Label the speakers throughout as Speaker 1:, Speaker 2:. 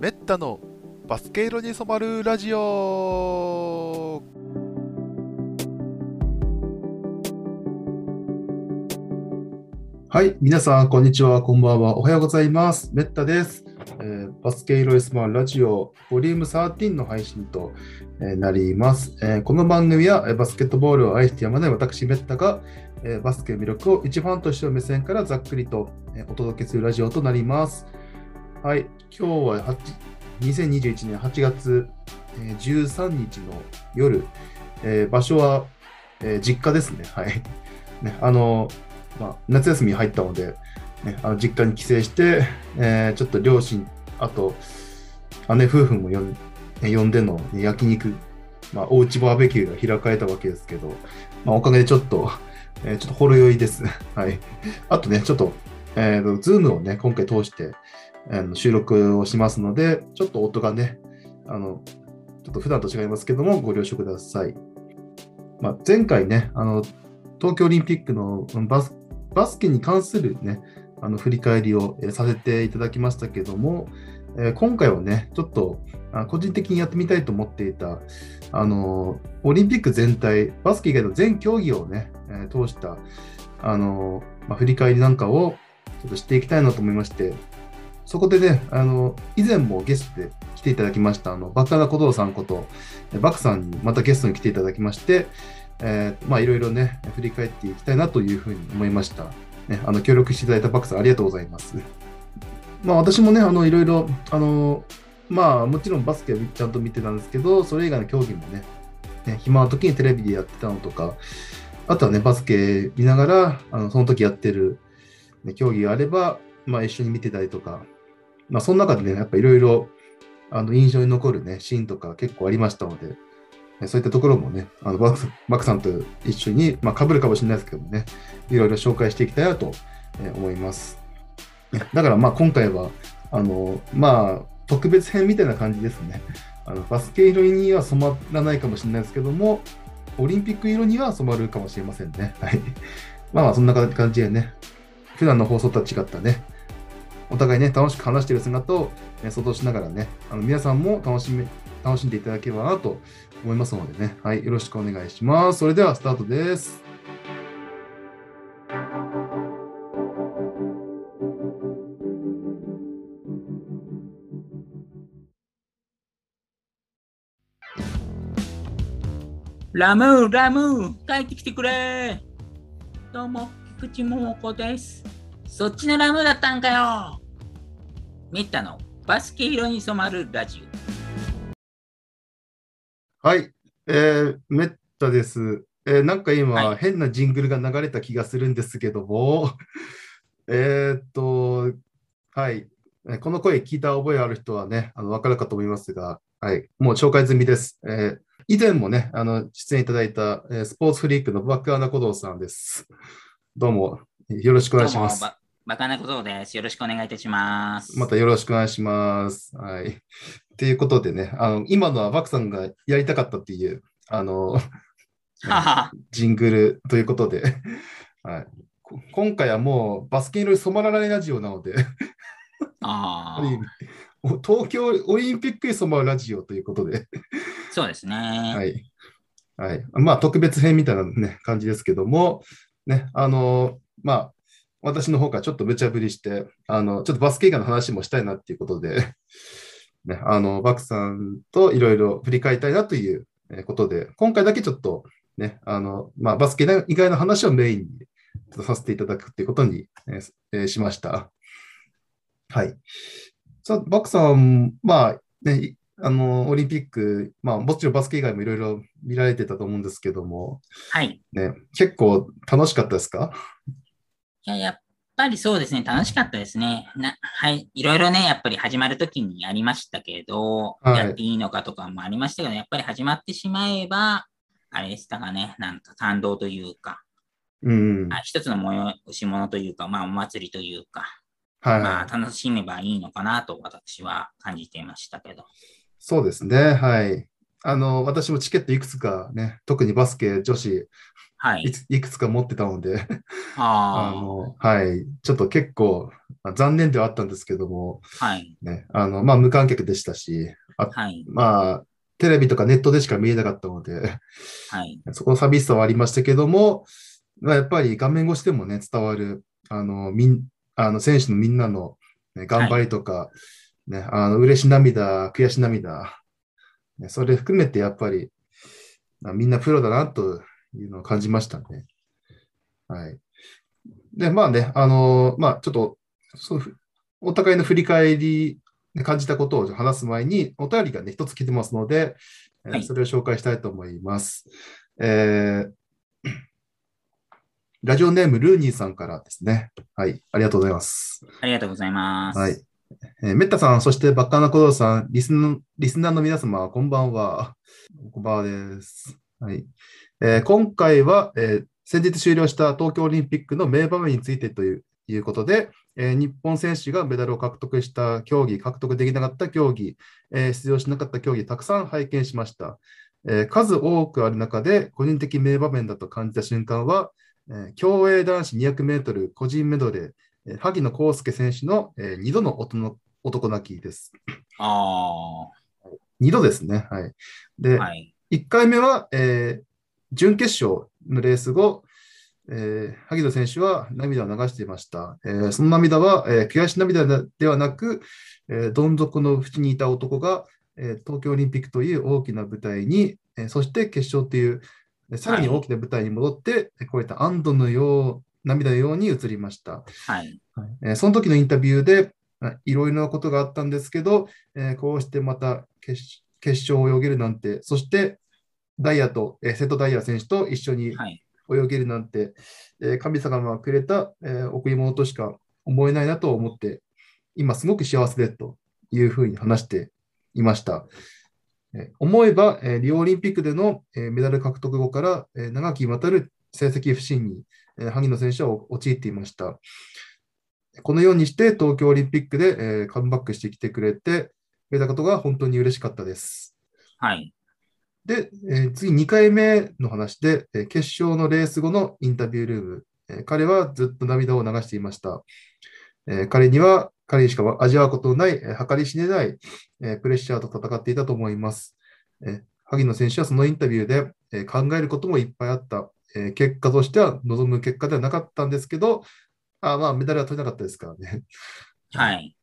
Speaker 1: めったのバスケ色に染まるラジオ
Speaker 2: はい、皆さん、こんにちは、こんばんは、おはようございます。メッタです。えーバスケイロエスマラジオ、ボリューム13の配信と、えーなります、えーこの番組は、えーバスケットボールを愛してやまない私、メッタが、えーバスケの魅力を一ファンとしての目線からざっくりと、えーお届けするラジオとなります。はい、今日は8 2021年8月、えー13日の夜、えー場所は、えー実家ですね。はい。 ね、あのまあ、夏休み入ったので、ね、あの実家に帰省して、えーちょっと両親あと姉夫婦も呼ん呼んでの焼肉、まあ、おうちバーベキューが開かれたわけですけど、まあ、おかげでちょっと、えーちょっとほろ酔いです。 はい、あとねちょっと、えーと、ズームをね今回通して、あの収録をしますのでちょっと音がねあのちょっと普段と違いますけどもご了承ください。まあ、前回ねあの東京オリンピックのうんバスバスケに関するね、あの振り返りをえーさせていただきましたけども、えー今回はね、ちょっとあ個人的にやってみたいと思っていた、あのーオリンピック全体、バスケ以外の全競技をね、えー通した、あのーまあ振り返りなんかをちょっとしていきたいなと思いまして、そこでね、あの以前もゲストで来ていただきました、あのバカダ小僧さんこと、えーバクさんにまたゲストに来ていただきまして、えーまあいろいろね、振り返っていきたいなというふうに思いました。ね、あの協力していただいたパクさん、ありがとうございます。まあ、私もね、あのいろいろ、あのまあ、もちろんバスケはちゃんと見てたんですけど、それ以外の競技もね、ね暇な時にテレビでやってたのとか、あとはね、バスケ見ながら、あのその時やってる、ね、競技があれば、まあ、一緒に見てたりとか、まあ、その中でね、やっぱいろいろあの印象に残る、ね、シーンとか結構ありましたので、ねそういったところもね、あのバクさんバクさんと一緒に、まあ、被るかもしれないですけどもね、いろいろ紹介していきたいなとえー思います。だからまあ今回はあのまあ特別編みたいな感じですね。あのバスケ色には染まらないかもしれないですけども、オリンピック色には染まるかもしれませんね。はい。まあまあそんな感じでね、普段の放送とは違ったね、お互いね、楽しく話している姿をえー想像しながらね、あの皆さんも楽しめ、楽しんでいただければなと思いますのでね、はい、よろしくお願いします。それではスタートです。
Speaker 3: ラムーラムー帰ってきてくれどうも、菊池桃子です。そっちのラムーだったんかよメッタのバスケ色に染まるラジ
Speaker 2: はい、えー、めったです。えー、なんか今、
Speaker 3: は
Speaker 2: 変なジングルが流れた気がするんですけども、 えーっと、はい、えーこの声聞いた覚えある人はね、あの分かるかと思いますが、はい、もう紹介済みです。えー以前もね、あの出演いただいた、えースポーツフリークのバックアナ小道さんです。どうも、よろしくお
Speaker 3: オ。
Speaker 2: 願いう
Speaker 3: ど
Speaker 2: し
Speaker 3: も
Speaker 2: ます。
Speaker 3: ば、バカなことです。よろしくお願いいたします。
Speaker 2: またよろしくお願いします。はい。ということでね、あの今のはバクさんがやりたかったっていう、あの、
Speaker 3: はは
Speaker 2: ジングルということで、はい、こ今回はもうバスケ色に染まらないラジオなので、
Speaker 3: あ
Speaker 2: ある意
Speaker 3: ー
Speaker 2: 味東京オリンピックに染まるラジオということで、
Speaker 3: そうですね。
Speaker 2: はいはい、まあ特別編みたいな、ね、感じですけども、ね、あのまあ私の方からちょっと無茶ぶりして、あのちょっとバスケ以外の話もしたいなっていうことで、ね、あのバクさんといろいろ振り返りたいなというえーことで、今回だけちょっと、ねあのまあ、バスケ以外の話をメインにちょっとさせていただくっていうことに、えーえーしました。はい。さあ、バクさん、まあ、ね、いあの、オリンピック、まあ、もちろんバスケ以外もいろいろ見られてたと思うんですけども、
Speaker 3: はい。い
Speaker 2: ね、結構楽しかったですか
Speaker 3: や、やっぱりそうですね。楽しかったですね。なはい。いろいろね、やっぱり始まるときにありましたけど、
Speaker 2: はい
Speaker 3: やっていいのかとかもありましたけど、やっぱり始まってしまえば、あれでしたかね。なんか感動というか、
Speaker 2: うん。
Speaker 3: あ一つの催し物というか、まあ、お祭りというか、
Speaker 2: はい。
Speaker 3: まあ、楽しめばいいのかなと私は感じていましたけど。
Speaker 2: そうですね。はい。あの、私もチケットいくつかね、特にバスケ女子
Speaker 3: はいい。
Speaker 2: ついくつか持ってたので、あ
Speaker 3: あ
Speaker 2: の、はい、ちょっと結構あ残念ではあったんですけども、
Speaker 3: あ、はい。
Speaker 2: ね、あの、まあ無観客でしたし、
Speaker 3: はい。
Speaker 2: まあ、テレビとかネットでしか見えなかったので、
Speaker 3: はい。
Speaker 2: そこの寂しさはありましたけども、まあ、やっぱり画面越しでもね、伝わる、あの、みん、あの、選手のみんなの、ね、頑張りとか、ね、あの、嬉し涙、悔し涙、ね、それ含めてやっぱり、あみんなプロだなというのを感じましたね。はい。で、まあね、あの、まあ、ちょっと、そうふお互いの振り返り、ね感じたことを話す前に、お便りがね、一つ来てますので、えー
Speaker 3: はい
Speaker 2: それを紹介したいと思います。えーラジオネームルーニーさんからですね。はい、ありがとうございます。
Speaker 3: ありがとうございます。
Speaker 2: はい。えー、メッタさん、そしてバッカーナ小僧さん、リスナーリスナーの皆様、こんばんは。こんばんはです。はい。えー今回は、えー先日終了した東京オリンピックの名場面についてといういうことで、えー日本選手がメダルを獲得した競技、獲得できなかった競技、えー出場しなかった競技、たくさん拝見しました。えー数多くある中で、個人的名場面だと感じた瞬間は、えー競泳男子200メートル個人メドレー、えー萩野公介選手の、え2度の男の男泣きです。
Speaker 3: あ
Speaker 2: 2度ですね。はい。で、
Speaker 3: あ、はい。
Speaker 2: 1回目は、えー準決勝のレース後、えー萩野選手は涙を流していました。えーその涙は、えー悔し涙ではなく、えーどん底の淵にいた男が、えー東京オリンピックという大きな舞台に、えーそして決勝という、えーさらに大きな舞台に戻って、えーこういった安堵のよう、涙のように映りました。
Speaker 3: はい。
Speaker 2: えーその時のインタビューで、あいろいろなことがあったんですけど、えーこうしてまた決決勝を泳げるなんて、そしてダイヤと、えー瀬戸大也選手と一緒に
Speaker 3: はい。
Speaker 2: 泳げるなんて、えー神様がくれた、えー贈り物としか思えないなと思って、今すごく幸せでというふうに話していました。えー思えば、えーリオオリンピックでの、えーメダル獲得後から、えー長きにわたる成績不振に、えー萩野選手は陥っていました。このようにして東京オリンピックで、えーカムバックしてきてくれて、くれたことが本当に嬉しかったです。
Speaker 3: はい。
Speaker 2: で、えー次2回目の話で、えー決勝のレース後のインタビュールーム、えー彼はずっと涙を流していました。えー彼には、彼にしか味わうことのない、えー計り知れない、えープレッシャーと戦っていたと思います。えー萩野選手はそのインタビューで、えー考えることもいっぱいあった、えー結果としては望む結果ではなかったんですけど、あーまあメダルは取れなかったですからね。
Speaker 3: はい。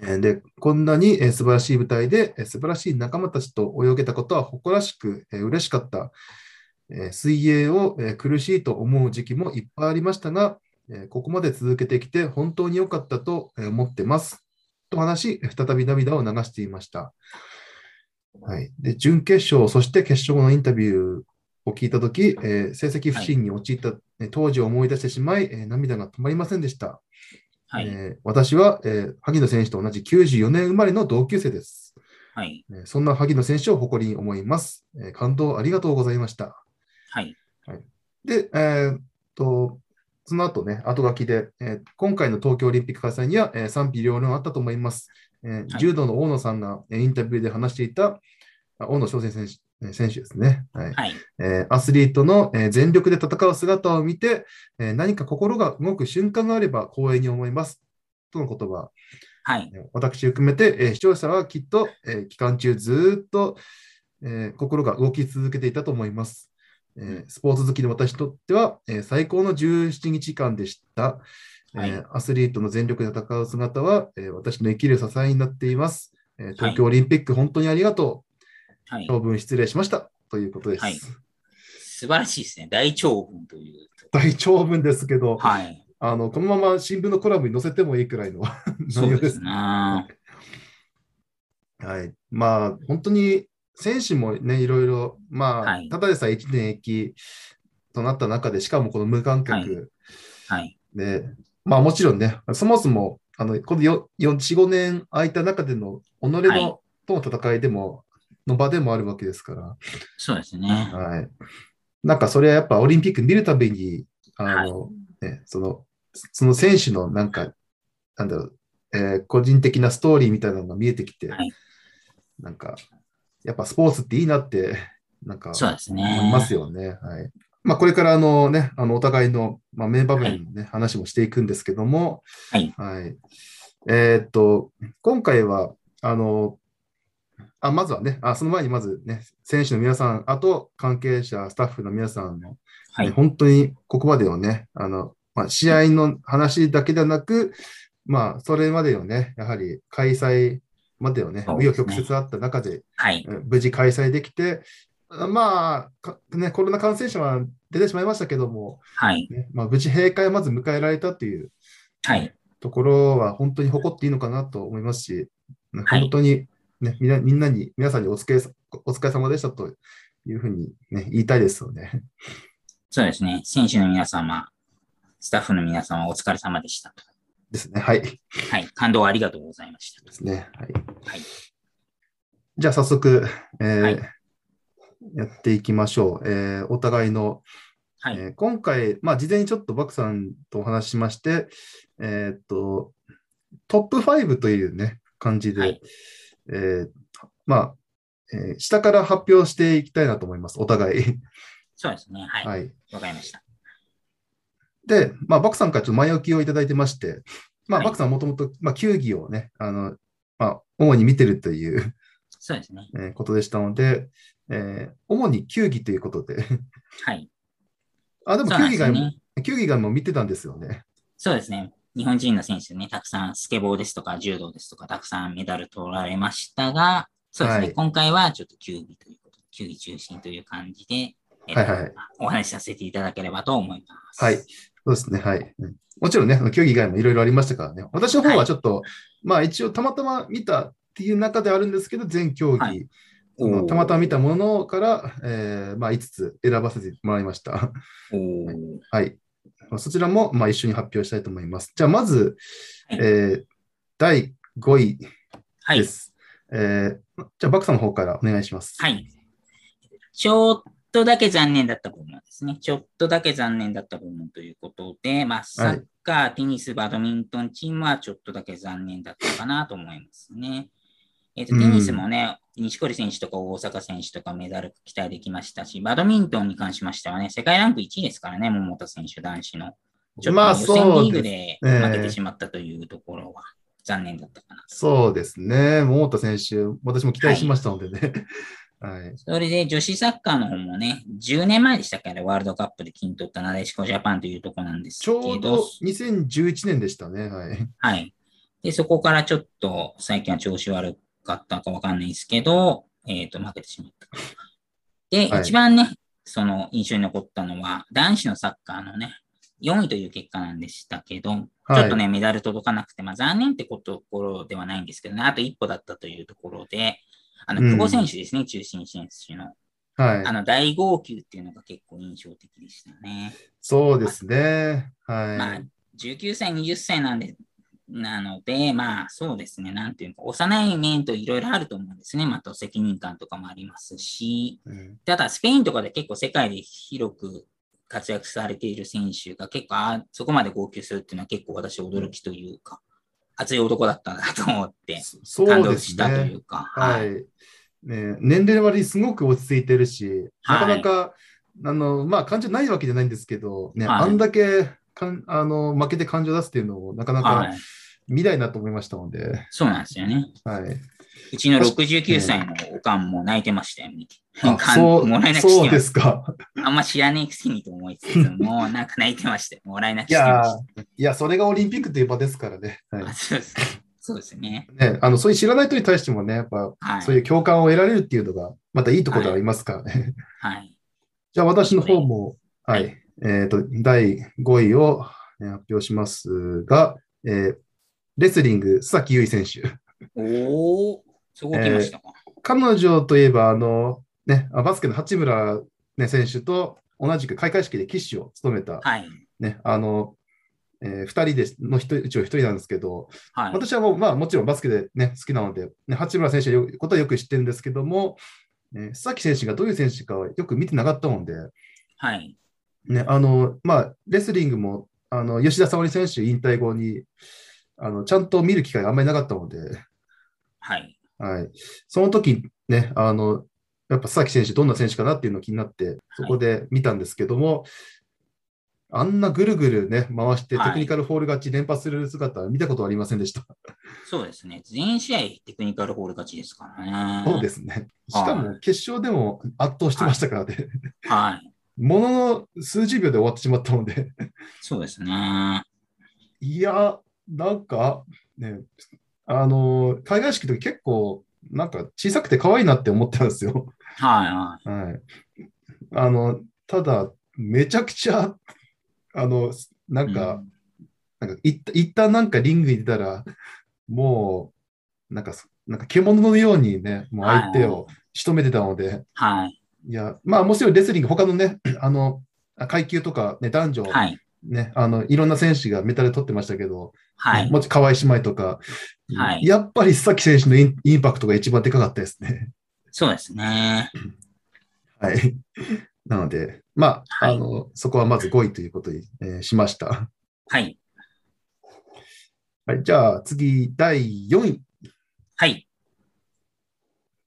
Speaker 2: えーで、こんなにえー素晴らしい舞台で、えー素晴らしい仲間たちと泳げたことは誇らしく、えー嬉しかった。えー水泳をえー苦しいと思う時期もいっぱいありましたが、えーここまで続けてきて本当に良かったとえー思ってます。と話し、再び涙を流していました。はい、で準決勝、そして決勝後のインタビューを聞いたとき、えー成績不振に陥った、えー当時を思い出してしまい、えー涙が止まりませんでした。
Speaker 3: は
Speaker 2: え
Speaker 3: い。
Speaker 2: ー私は、えー萩野選手と同じ94年生まれの同級生です。
Speaker 3: はい。
Speaker 2: えーそんな萩野選手を誇りに思います。えー感動ありがとうございました。
Speaker 3: はい。
Speaker 2: で、えーっとその後ね、後書きで、えー今回の東京オリンピック開催には、えー賛否両論あったと思います。えー
Speaker 3: い
Speaker 2: 柔道の大野さんが、えーインタビューで話していたあ大野翔選手えー選手ですね。はい
Speaker 3: はい。
Speaker 2: えーアスリートの、えー全力で戦う姿を見て、えー何か心が動く瞬間があれば光栄に思います。との言葉。
Speaker 3: はい。
Speaker 2: 私含めて、えー視聴者はきっと、えー期間中ずーっと、えー心が動き続けていたと思います。えースポーツ好きの私にとっては、えー最高の17日間でした、えー
Speaker 3: は
Speaker 2: アスリートの全力で戦う姿は、えー私の生きる支えになっています。えー東京オリンピック、本当にありがと。。
Speaker 3: はいう
Speaker 2: 長文失礼しました。ということです。
Speaker 3: はい素晴らしいですね。大長文という。
Speaker 2: 大長文ですけど、
Speaker 3: はい。
Speaker 2: あの、このまま新聞のコラムに載せてもいいくらいの
Speaker 3: そ
Speaker 2: 内容で
Speaker 3: うですすね。
Speaker 2: はい、まあ本当に選手もね、いろいろ、まあ、
Speaker 3: はい
Speaker 2: ただでさえ1年延期となった中で、しかもこの無観客
Speaker 3: はい。
Speaker 2: で、まあもちろんね、そもそもあのこのよよ4、5年空いた中での己の、
Speaker 3: はい
Speaker 2: との戦いでも、の場でもあるわけですから、
Speaker 3: そうですね。
Speaker 2: はい、なんかそれはやっぱオリンピック見るたびに、あの、ね、その、その選手のなんか、なんだろう、えー個人的なストーリーみたいなのが見えてきて、
Speaker 3: はい
Speaker 2: なんか、やっぱスポーツっていいなって、なんか、
Speaker 3: そうですね。
Speaker 2: 思いますよね。はい。まあ、これからあの、ね、あのお互いの、まあ、名場面の、ね話もしていくんですけども、
Speaker 3: はい
Speaker 2: えーっと今回はあのあまずはねあ、その前にまず、ね、選手の皆さん、あと関係者、スタッフの皆さんの、
Speaker 3: はい
Speaker 2: ね本当にここまでをね、あのまあ、試合の話だけではなく、まあ、それまでをね、やはり開催までをね、
Speaker 3: そう
Speaker 2: 紆
Speaker 3: で
Speaker 2: 余
Speaker 3: すね
Speaker 2: 曲折あった中で、
Speaker 3: はい。
Speaker 2: うん無事開催できて、あまあかね、コロナ感染者は出てしまいましたけども、
Speaker 3: はい。
Speaker 2: ねまあ、無事閉会をまず迎えられたという
Speaker 3: はい。
Speaker 2: ところは本当に誇っていいのかなと思いますし、ね
Speaker 3: はい
Speaker 2: 本当に、ねみんなみんなに、皆さんにお疲れさお疲れ様でしたというふうに、ね、言いたいですよね。
Speaker 3: そうですね。選手の皆様、スタッフの皆様、お疲れ様でした。
Speaker 2: ですね。はい。で
Speaker 3: はい。感動ありがとうございました。
Speaker 2: すね。はい。
Speaker 3: はい
Speaker 2: じゃあ早速、えー
Speaker 3: はい
Speaker 2: やっていきましょう。えーお互いの
Speaker 3: はい。
Speaker 2: えー今回、まあ、事前にちょっとバクさんとお話ししまして、えーっと、トップ5というね、感じで、
Speaker 3: はい
Speaker 2: えーまあ、えー下から発表していきたいなと思います、お互い。
Speaker 3: そうですね。はい。わ、
Speaker 2: はい。
Speaker 3: かりました。
Speaker 2: で、まあ、バクさんからちょっと前置きをいただいてまして、まあ、
Speaker 3: はい
Speaker 2: バクさんはもともと、まあ、球技をね、あの、まあ、主に見てるという、
Speaker 3: そうですね。
Speaker 2: えーことでしたので、えー主に球技ということで、
Speaker 3: はい。
Speaker 2: あ、で
Speaker 3: そう
Speaker 2: も
Speaker 3: な
Speaker 2: 球
Speaker 3: んで
Speaker 2: 技
Speaker 3: すよ
Speaker 2: が、
Speaker 3: ね。
Speaker 2: 球技がもう見てたんですよね。
Speaker 3: そうですね。日本人の選手ね、たくさんスケボーですとか柔道ですとか、たくさんメダル取られましたが、そうですね、
Speaker 2: はい
Speaker 3: 今回はちょっと球技ということ、球技中心という感じで、えっと
Speaker 2: はいはいはい
Speaker 3: お話しさせていただければと思います。
Speaker 2: はい。そうですね、はい。うんもちろんね、あの競技以外もいろいろありましたからね、私の方はちょっと、まあ一応たまたま見たっていう中ではあるんですけど、全競技、
Speaker 3: はい
Speaker 2: そのたまたま見たものから、えーまあ、5つ選ばせてもらいました。
Speaker 3: おー
Speaker 2: はい。まあそちらも、まあ、一緒に発表したいと思います。じゃあ、まず、
Speaker 3: はい
Speaker 2: えー第5位
Speaker 3: はい
Speaker 2: で。す。えーじゃあ、バクさんの方からお願いします。
Speaker 3: はい。ちょっとだけ残念だった部分ですね。ちょっとだけ残念だった部分ということで、まあ、サッカー、テニス、バドミントンチームはちょっとだけ残念だったかなと思いますね。えっと
Speaker 2: うん
Speaker 3: テニスもね、錦織選手とか大阪選手とかメダル期待できましたし、バドミントンに関しましてはね、世界ランク1位ですからね、桃田選手、男子の。ちょっとね
Speaker 2: まあ
Speaker 3: 予選
Speaker 2: そう
Speaker 3: リーグで
Speaker 2: ですね
Speaker 3: 負けてしまったというところは残念だったかな。
Speaker 2: そうですね、桃田選手、私も期待しましたのでね。 はい、
Speaker 3: それで女子サッカーの方もね、10年前でしたっけあれ、ワールドカップで金取ったなでしこジャパンというとこなんです
Speaker 2: ち
Speaker 3: け
Speaker 2: ょう
Speaker 3: ど
Speaker 2: ど、2011年でしたね。はい。
Speaker 3: はい。で、そこからちょっと最近は調子悪かったかわかんないですけど、えっ、と、負けてしまった。で、
Speaker 2: はい
Speaker 3: 一番ね、その印象に残ったのは、男子のサッカーのね、4位という結果なんでしたけど、ちょっとね、メダル届かなくて、まあ、残念ってことところではないんですけどね、あと一歩だったというところで、あの、
Speaker 2: うん
Speaker 3: 久保選手ですね、中心選手の。
Speaker 2: はい。
Speaker 3: あ
Speaker 2: はい。
Speaker 3: の、大号泣っていうのが結構印象的でしたね。
Speaker 2: そうですね。はい。
Speaker 3: まあ、19歳、20歳なんで、なので、まあ、そうですね、なんていうか、幼い面といろいろあると思うんですね。また、責任感とかもありますし、
Speaker 2: うん
Speaker 3: ただ、スペインとかで結構世界で広く活躍されている選手が結構、あそこまで号泣するっていうのは結構私驚きというか、熱い男だったなと思って、
Speaker 2: そそ
Speaker 3: 感
Speaker 2: う
Speaker 3: 動
Speaker 2: で
Speaker 3: し
Speaker 2: す
Speaker 3: たとい
Speaker 2: ね。
Speaker 3: うか、
Speaker 2: はい。ね、年齢割りすごく落ち着いてるし、なか
Speaker 3: はい
Speaker 2: なか、あの、まあ、感情ないわけじゃないんですけど、ね、
Speaker 3: はい
Speaker 2: あんだけかんあの負けて感情出すっていうのも、なかな
Speaker 3: は
Speaker 2: か
Speaker 3: い。
Speaker 2: 見ないなと思いましたので、
Speaker 3: そうなんですよね。
Speaker 2: はい。
Speaker 3: うちの69歳のおかんも泣いてましたよ、見て。お かん
Speaker 2: そう
Speaker 3: もらえなく
Speaker 2: そう
Speaker 3: して
Speaker 2: で
Speaker 3: も
Speaker 2: すか。
Speaker 3: あんま知らねえくせにと思いつつ、もうなんか泣いてましたよ。もらえなく
Speaker 2: い
Speaker 3: してま
Speaker 2: や
Speaker 3: し
Speaker 2: ー、いや、それがオリンピックという場ですからね。はい
Speaker 3: た。あそうですそうですね。
Speaker 2: ね、あのそういう知らない人に対してもね、やっぱ
Speaker 3: はい。
Speaker 2: そういう共感を得られるっていうのが、またいいところではありますからね。
Speaker 3: はい。
Speaker 2: じゃあ私の方も、
Speaker 3: は
Speaker 2: はいい、えっ、と、第5位をえー発表しますが、えーレスリング、須崎優衣選手。
Speaker 3: おお、そうきましたか。
Speaker 2: 彼女といえば、あの、ね、あバスケの八村、ね、選手と同じく開会式で旗手を務めた、
Speaker 3: はい。
Speaker 2: ね、あの、え2人での一人うちの1人なんですけど、
Speaker 3: はい。
Speaker 2: 私はもう、まあ、もちろんバスケで、ね、好きなので、ね、八村選手のことはよく知ってるんですけども、ね、須崎選手がどういう選手かはよく見てなかったもんで、
Speaker 3: はい。
Speaker 2: ね、あの、まあ、レスリングも、あの、吉田沙保里選手引退後に、あの、ちゃんと見る機会があんまりなかったので、
Speaker 3: はい。
Speaker 2: はい。その時、ね、あの、やっぱ佐々木選手、どんな選手かなっていうのを気になって、そこで見たんですけども、あんなぐるぐるね、回して
Speaker 3: はい
Speaker 2: テクニカルフォール勝ち連発する姿は見たことはありませんでした。
Speaker 3: そうですね。全試合テクニカルホール勝ちですからね。
Speaker 2: そうですね。しかも決勝でも圧倒してましたからね。
Speaker 3: す。はい。
Speaker 2: ものの数十秒で終わってしまったので、
Speaker 3: そうですね。
Speaker 2: いや、なんか、ね、あの、開会式の時結構、なんか小さくて可愛いなって思ったんですよ。
Speaker 3: はいはい。
Speaker 2: はい。あの、ただ、めちゃくちゃ、あの、なんか、
Speaker 3: うん
Speaker 2: なんか一一旦なんかリングに出たら、もう、なんかそ、なんか獣のようにね、もう相手を仕留めてたので、
Speaker 3: はい。
Speaker 2: いや、まあ、もちろんレスリング、他のね、 あの、階級とか、ね、男女、
Speaker 3: はい。
Speaker 2: ね、あの、いろんな選手がメダル取ってましたけど、
Speaker 3: はい。
Speaker 2: もち河合姉妹とか、
Speaker 3: はい
Speaker 2: やっぱり須崎選手のインインパクトが一番でかかったですね。
Speaker 3: そうですね。
Speaker 2: はい。なので、まあ、
Speaker 3: はい
Speaker 2: あの、そこはまず5位ということに、えーしました。
Speaker 3: はい。
Speaker 2: はい、じゃあ次、第4位、
Speaker 3: はい。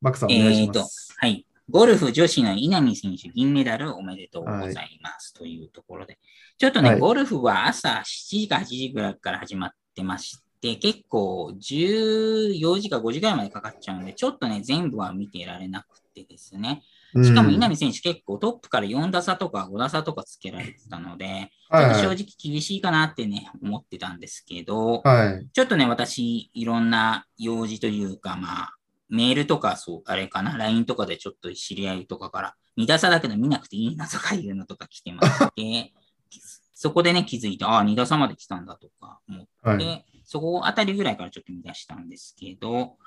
Speaker 2: マックさんお願いし
Speaker 3: えーと
Speaker 2: ます。
Speaker 3: はい。ゴルフ女子の稲見選手、銀メダルおめでとうございます、というところで。ちょっとね、
Speaker 2: はい
Speaker 3: ゴルフは朝7時か8時ぐらいから始まってまして、結構14時か5時ぐらいまでかかっちゃうんで、ちょっとね、全部は見てられなくてですね。しかも稲見選手結構トップから4打差とか5打差とかつけられてたので、
Speaker 2: うん、
Speaker 3: ちょっ
Speaker 2: は
Speaker 3: と
Speaker 2: い
Speaker 3: 正
Speaker 2: はい、
Speaker 3: 直厳しいかなってね、思ってたんですけど、
Speaker 2: はい、
Speaker 3: ちょっとね、私、いろんな用事というか、まあ、メールとか、そう、あれかな、LINE とかでちょっと知り合いとかから、見打差だけど見なくていいなとかいうのとか来てまして、そこでね、気づいて、ああ、2打差まで来たんだとか思
Speaker 2: は
Speaker 3: っ
Speaker 2: い、
Speaker 3: て、そこあたりぐらいからちょっと見出したんですけど、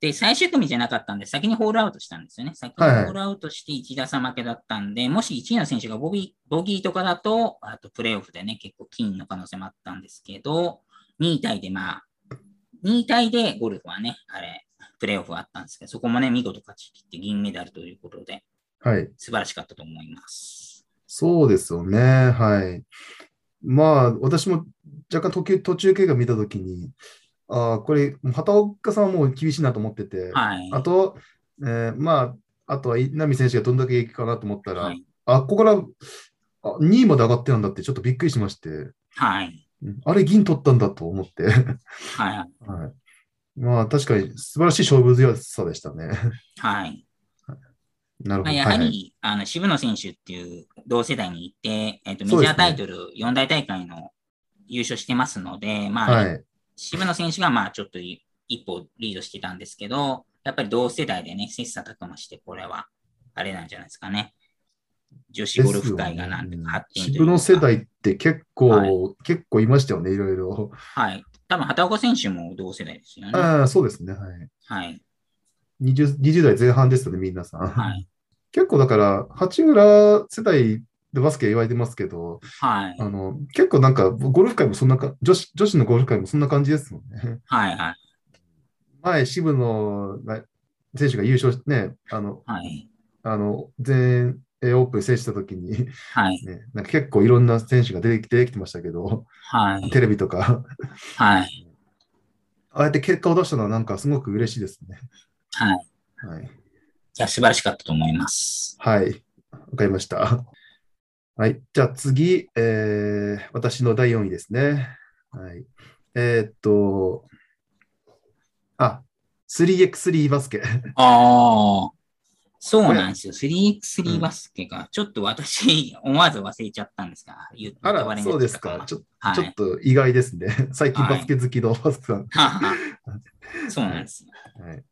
Speaker 3: で、最終組じゃなかったんで、先にホールアウトしたんですよね。先にホ
Speaker 2: はいはい
Speaker 3: ールアウトして1打差負けだったんで、もし1位の選手がボビボギーとかだと、あとプレーオフでね、結構金の可能性もあったんですけど、2位タイでまあ、2位タイでゴルフはね、あれ、プレーオフはあったんですけど、そこもね、見事勝ち切って銀メダルということで、
Speaker 2: はい。
Speaker 3: 素晴らしかったと思います。
Speaker 2: そうですよね、はい。まあ、私も若干途中途中経過見たときに、ああ、これ、畑岡さんはもう厳しいなと思ってて、
Speaker 3: はい。
Speaker 2: あと、えーまあ、あとは稲見選手がどんだけいくかなと思ったら、
Speaker 3: はい。
Speaker 2: あ、ここからあ2位まで上がってたんだって、ちょっとびっくりしまして、
Speaker 3: はい。
Speaker 2: うんあれ、銀取ったんだと思 って、
Speaker 3: はい。
Speaker 2: はい、まあ、確かに素晴らしい勝負強さでしたね。
Speaker 3: はい。
Speaker 2: なるほ
Speaker 3: ま
Speaker 2: ど。
Speaker 3: あ、やは
Speaker 2: はいはい
Speaker 3: り、あの渋野選手っていう同世代にいて、えっとメジ
Speaker 2: そうですね
Speaker 3: ャータイトル4大大会の優勝してますので、まあ
Speaker 2: はい、
Speaker 3: 渋野選手がまあちょっとい一歩リードしてたんですけど、やっぱり同世代でね、切磋琢磨して、これはあれなんじゃないですかね。女子ゴルフ界がなん
Speaker 2: で
Speaker 3: て
Speaker 2: すよね
Speaker 3: 発展というか
Speaker 2: 渋野世代って結構、
Speaker 3: はい
Speaker 2: 結構いましたよね、いろいろ。
Speaker 3: はい。多分畑岡選手も同世代ですよね。
Speaker 2: ああ、そうですね。はい
Speaker 3: はい。
Speaker 2: 20, 20代前半ですよね、みんなさん。
Speaker 3: はい。
Speaker 2: 結構だから、八村世代でバスケ言われてますけど、
Speaker 3: はい。
Speaker 2: あの結構なんか、ゴルフ界もそんなか女子、女子のゴルフ界もそんな感じですもんね。
Speaker 3: はい。はい。
Speaker 2: 前、渋野が選手が優勝して、ね、あの、
Speaker 3: はい。
Speaker 2: あの全英オープン制したときに、ね、
Speaker 3: はい。
Speaker 2: なんか結構いろんな選手が出てき出てきてましたけど、
Speaker 3: はい。
Speaker 2: テレビとか、
Speaker 3: はい。
Speaker 2: ああやって結果を出したのは、なんかすごく嬉しいですね。
Speaker 3: はい。い
Speaker 2: はい
Speaker 3: や、素晴らしかったと思います。
Speaker 2: はい。わかりました。はい。じゃあ次、えー私の第4位ですね。はい。えーっと、あ、3x3 バス ケ。
Speaker 3: ああ。そうなんですよ。3x3 バスケが、ちょっと私、 思わず忘れちゃったんですが、言って
Speaker 2: あ
Speaker 3: 我
Speaker 2: ら、
Speaker 3: 々
Speaker 2: そうです
Speaker 3: や
Speaker 2: か
Speaker 3: っ。
Speaker 2: ち
Speaker 3: て
Speaker 2: ょ
Speaker 3: た
Speaker 2: ち
Speaker 3: か
Speaker 2: ょ
Speaker 3: ら
Speaker 2: っと意外ですね。 最近
Speaker 3: はい
Speaker 2: バスケ好きのバスケさん。
Speaker 3: はい。 そうなんですよ。
Speaker 2: はい、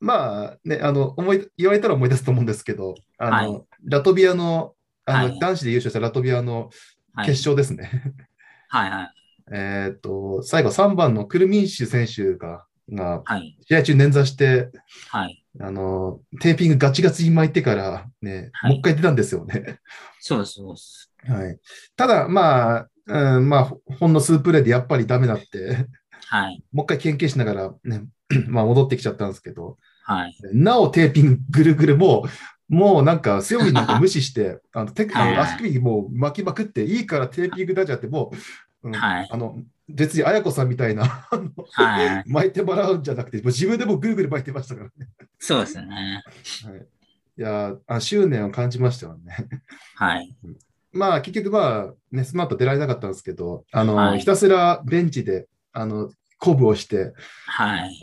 Speaker 2: まあね、あの思い、言われたら思い出すと思うんですけど、あの
Speaker 3: は
Speaker 2: ラトビアの、あの
Speaker 3: はい
Speaker 2: 男子で優勝したラトビアの
Speaker 3: はい。
Speaker 2: 決勝ですね。
Speaker 3: はいはい。
Speaker 2: えーっと、最後3番のクルミンシュ選手が、が
Speaker 3: はい。
Speaker 2: 試合中捻挫して、
Speaker 3: はい。
Speaker 2: あの、テーピングガチガチに巻いてからね、
Speaker 3: はい
Speaker 2: もう一回出たんですよね。
Speaker 3: そうですそうです。
Speaker 2: はい。ただ、まあ、うん、まあ、ほほんの数プレーでやっぱりダメだって、
Speaker 3: はい。
Speaker 2: もう一回研究しながらね、 まあ戻ってきちゃったんですけど、
Speaker 3: はい。
Speaker 2: なおテーピングぐるぐるもう、もうなんか背負いなんか無視して、 あの手あ
Speaker 3: はい
Speaker 2: の足首もう巻きまくって、いいからテーピング出ちゃって、もう、うん
Speaker 3: はい
Speaker 2: あの、別に綾子さんみたいな、あの
Speaker 3: はい。
Speaker 2: 巻いてもらうんじゃなくて、もう自分でもぐるぐる巻いてましたからね。
Speaker 3: そうですね。
Speaker 2: いやーあ、執念を感じましたよね。
Speaker 3: はい。
Speaker 2: まあ、結局まあ、ね、その後出られなかったんですけど、あの、
Speaker 3: はい
Speaker 2: ひたすらベンチで、あの、鼓舞をして、
Speaker 3: はい。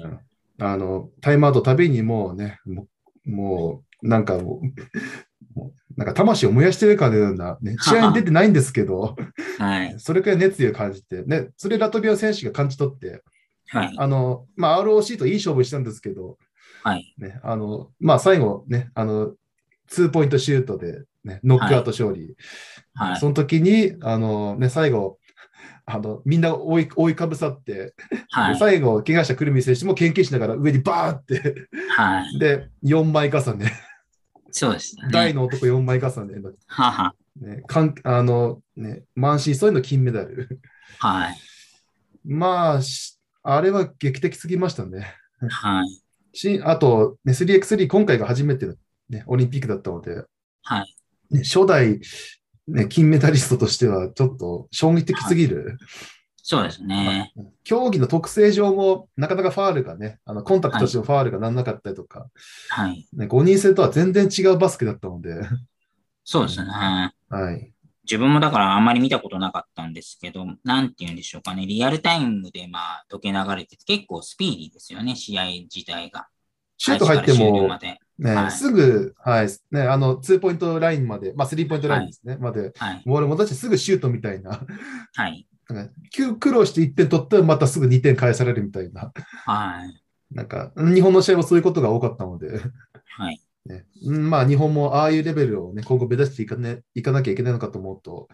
Speaker 2: あの、タイムアウトたびにもうね、もう、もう なんかもう、もうなんか魂を燃やしてるかのような、 ね、試合に出てないんですけど、
Speaker 3: はい。
Speaker 2: それくらい熱意を感じて、ね、それラトビアの選手が感じ取って、
Speaker 3: はい。
Speaker 2: あの、まあ、ROC といい勝負したんですけど、
Speaker 3: はい。
Speaker 2: ね、あの、まあ、最後ね、あの、ツーポイントシュートで、ね、ノックアウト勝利。
Speaker 3: はい。
Speaker 2: その時に、あのね、最後、あのみんな覆い覆いかぶさって、
Speaker 3: はい。
Speaker 2: 最後、怪我した久留美選手も研究しながら上にバーって、
Speaker 3: はい。
Speaker 2: で、4枚重ね、
Speaker 3: そうでした
Speaker 2: 大
Speaker 3: ね。
Speaker 2: の男4枚重ね、
Speaker 3: はは。
Speaker 2: ね、かんあのね、満身創痍の金メダル。
Speaker 3: はい。
Speaker 2: まあ、しあれは劇的すぎましたね。
Speaker 3: はい。
Speaker 2: しあと、ね、3x3、今回が初めての、ね、オリンピックだったので、
Speaker 3: はい
Speaker 2: ね、初代、ね、金メダリストとしては、ちょっと衝撃的すぎる。
Speaker 3: そうですね。
Speaker 2: 競技の特性上も、なかなかファールがね、あのコンタクトしてのファールがなんなかったりとか、
Speaker 3: はい。
Speaker 2: ね、5人制とは全然違うバスケだった ので、
Speaker 3: そうですね。
Speaker 2: はい。
Speaker 3: 自分もだからあんまり見たことなかったんですけど、なんて言うんでしょうかね。リアルタイムでまあ、時計流れてて、結構スピーディーですよね、試合自体が。
Speaker 2: シュート入って
Speaker 3: 開始から終了
Speaker 2: も
Speaker 3: ま、で
Speaker 2: ね
Speaker 3: はい
Speaker 2: すぐ、はい、ね、あの、2ポイントラインまで、まあ、3ポイントラインですね、まで、
Speaker 3: はい。
Speaker 2: ボール戻してすぐシュートみたいな、
Speaker 3: はい。
Speaker 2: なんか急苦労して1点取ったらまたすぐ2点返されるみたいな、
Speaker 3: はい。
Speaker 2: なんか、日本の試合もそういうことが多かったので、
Speaker 3: はい。
Speaker 2: ね、うんまあ、日本もああいうレベルをね、今後目指していか,、ね、いかなきゃいけないのかと思うと、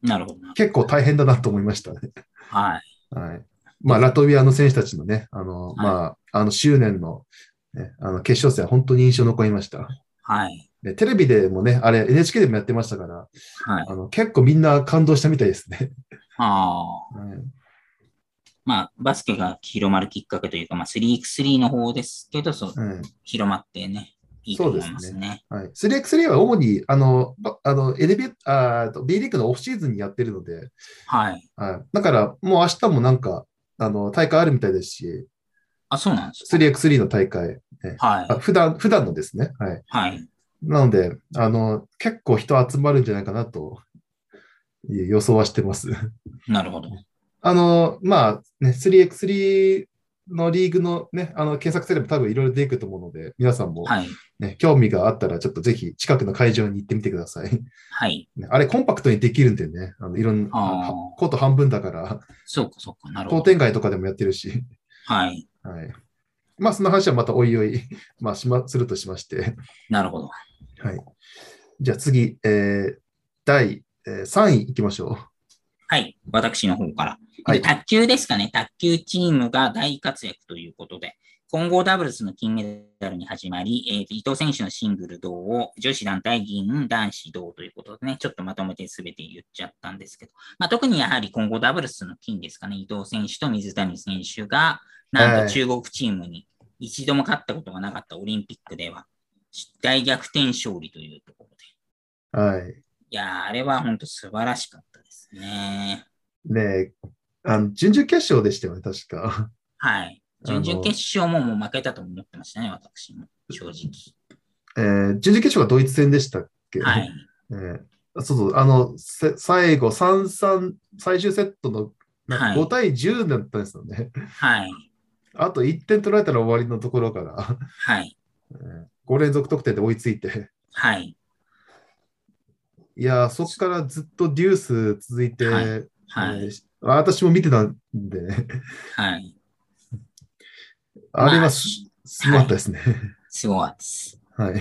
Speaker 3: なるほどな。
Speaker 2: 結構大変だなと思いましたね。
Speaker 3: はい。
Speaker 2: はい。まあ、ラトビアの選手たちのね、あの、
Speaker 3: い
Speaker 2: まあ、あの執念の、ね、あの決勝戦は本当に印象残りました。
Speaker 3: はい。
Speaker 2: で、テレビでもね、あれ、NHK でもやってましたから、
Speaker 3: はい。
Speaker 2: あの、結構みんな感動したみたいですね。
Speaker 3: ああ。
Speaker 2: はい
Speaker 3: まあ、バスケが広まるきっかけというか、まあ、3x3 の方ですけど、そう
Speaker 2: うん
Speaker 3: 広まってね、いいと
Speaker 2: そう
Speaker 3: 思
Speaker 2: です
Speaker 3: い
Speaker 2: ね
Speaker 3: ますね。
Speaker 2: はい、3x3 は主に、あの、ばあの、NBA、あーと B リーグのオフシーズンにやってるので、
Speaker 3: はい。
Speaker 2: はい、だからもう明日もなんか、あの、大会あるみたいですし、
Speaker 3: あ、そうなんですか。
Speaker 2: 3x3 の大会、
Speaker 3: はい
Speaker 2: あ。普段、普段のですね。はい。
Speaker 3: はい。
Speaker 2: なので、あの、結構人集まるんじゃないかなという予想はしてます。
Speaker 3: なるほど。
Speaker 2: あの、まあ、ね、3x3 のリーグのね、あの、検索すれば多分いろいろ出てくると思うので、皆さんも、
Speaker 3: はい。
Speaker 2: ね、興味があったら、ちょっとぜひ近くの会場に行ってみてください。
Speaker 3: はい。
Speaker 2: ねあれ、コンパクトにできるんでね、あのいろんな、
Speaker 3: あー
Speaker 2: あのコート半分だから、
Speaker 3: そうか、そうか。なる
Speaker 2: 商
Speaker 3: ほど。
Speaker 2: 店街とかでもやってるし、
Speaker 3: はい。
Speaker 2: はい。まあ、その話はまたおいおい、まあ、しま、するとしまして。
Speaker 3: なるほど。
Speaker 2: はい。じゃあ次、えー第、え3位いきましょう。
Speaker 3: はい。私の方から。
Speaker 2: はい
Speaker 3: で卓球ですかね。卓球チームが大活躍ということで、混合ダブルスの金メダルに始まり、えー伊藤選手のシングル銅を女子団体銀、男子銅ということでね、ちょっとまとめて全て言っちゃったんですけど、まあ、特にやはり混合ダブルスの金ですかね。伊藤選手と水谷選手が、なん
Speaker 2: はい
Speaker 3: と中国チームに一度も勝ったことがなかったオリンピックでは、大逆転勝利というところで。
Speaker 2: はい。
Speaker 3: いやー、あれは本当素晴らしかったですね。
Speaker 2: ねあの、準々決勝でしたよね、確か。
Speaker 3: はい。
Speaker 2: あの
Speaker 3: 準々決勝ももう負けたと思ってましたね、私も。正直。
Speaker 2: えー準々決勝がドイツ戦でしたっけ
Speaker 3: はい。
Speaker 2: えーそうそう、あの、せ最後、3-3、最終セットの
Speaker 3: はい
Speaker 2: 5対10だったんですよね。
Speaker 3: はい。
Speaker 2: あと1点取られたら終わりのところから、
Speaker 3: はい。
Speaker 2: え5連続得点で追いついて。
Speaker 3: はい。
Speaker 2: いやー、そこからずっとデュース続いて、
Speaker 3: はい
Speaker 2: え
Speaker 3: は
Speaker 2: ー
Speaker 3: い。
Speaker 2: し私も見てたんでね。
Speaker 3: はい。
Speaker 2: あれ
Speaker 3: ま
Speaker 2: は
Speaker 3: あ
Speaker 2: すすごかったですね。
Speaker 3: すごいです。
Speaker 2: はい。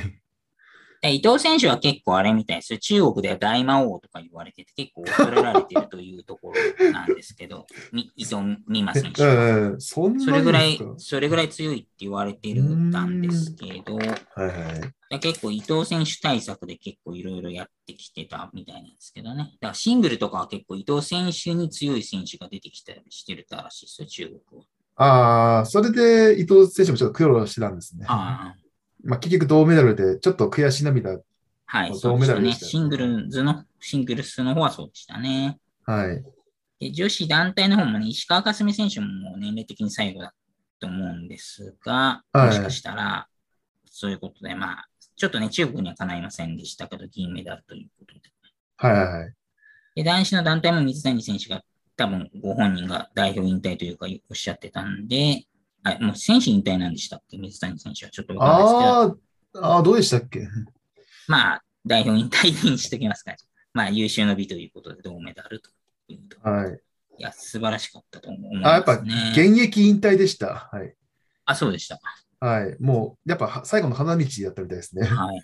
Speaker 3: で伊藤選手は結構あれみたいですよ。中国では大魔王とか言われてて、結構恐れられてるというところなんです けど、み伊藤美誠選手は。
Speaker 2: うんうんそん
Speaker 3: そ
Speaker 2: な
Speaker 3: れ
Speaker 2: に
Speaker 3: ぐら
Speaker 2: です
Speaker 3: い
Speaker 2: か、
Speaker 3: それぐらい強いって言われてるんですけど、
Speaker 2: はいはい。
Speaker 3: で結構伊藤選手対策で結構いろいろやってきてたみたいなんですけどね。だからシングルとかは結構伊藤選手に強い選手が出てきたりしてるらしいですよ、中国は。
Speaker 2: ああ、それで伊藤選手もちょっと苦労してたんですね。
Speaker 3: ああ、
Speaker 2: まあ、結局銅メダルでちょっと悔し涙。
Speaker 3: はい、
Speaker 2: まあ
Speaker 3: そうで
Speaker 2: 銅メ
Speaker 3: した
Speaker 2: ダルで
Speaker 3: ね。
Speaker 2: したよね
Speaker 3: シングルズの、シングルスの方はそうでしたね。
Speaker 2: はい。
Speaker 3: で女子団体の方もね、石川佳純選手ももう年齢的に最後だと思うんですが、
Speaker 2: はい
Speaker 3: もしかしたら、そういうことで、まあ、ちょっとね、中国には叶いませんでしたけど、銀メダルということで。
Speaker 2: はいはいはい。
Speaker 3: で、男子の団体も水谷選手が、多分ご本人が代表引退というかおっしゃってたんで、あもう選手引退なんでしたっけ、水谷選手は。ちょっとわかんないですけど、
Speaker 2: あーあー、どうでしたっけ
Speaker 3: まあ、代表引退にしときますか。まあ、優秀の美ということで、銅メダルというと。
Speaker 2: はい。
Speaker 3: いや、素晴らしかったと思います、ね。
Speaker 2: あやっぱ現役引退でした。はい。
Speaker 3: あ、そうでした。
Speaker 2: はい。もう、やっぱは最後の花道だったみたいですね。
Speaker 3: はい。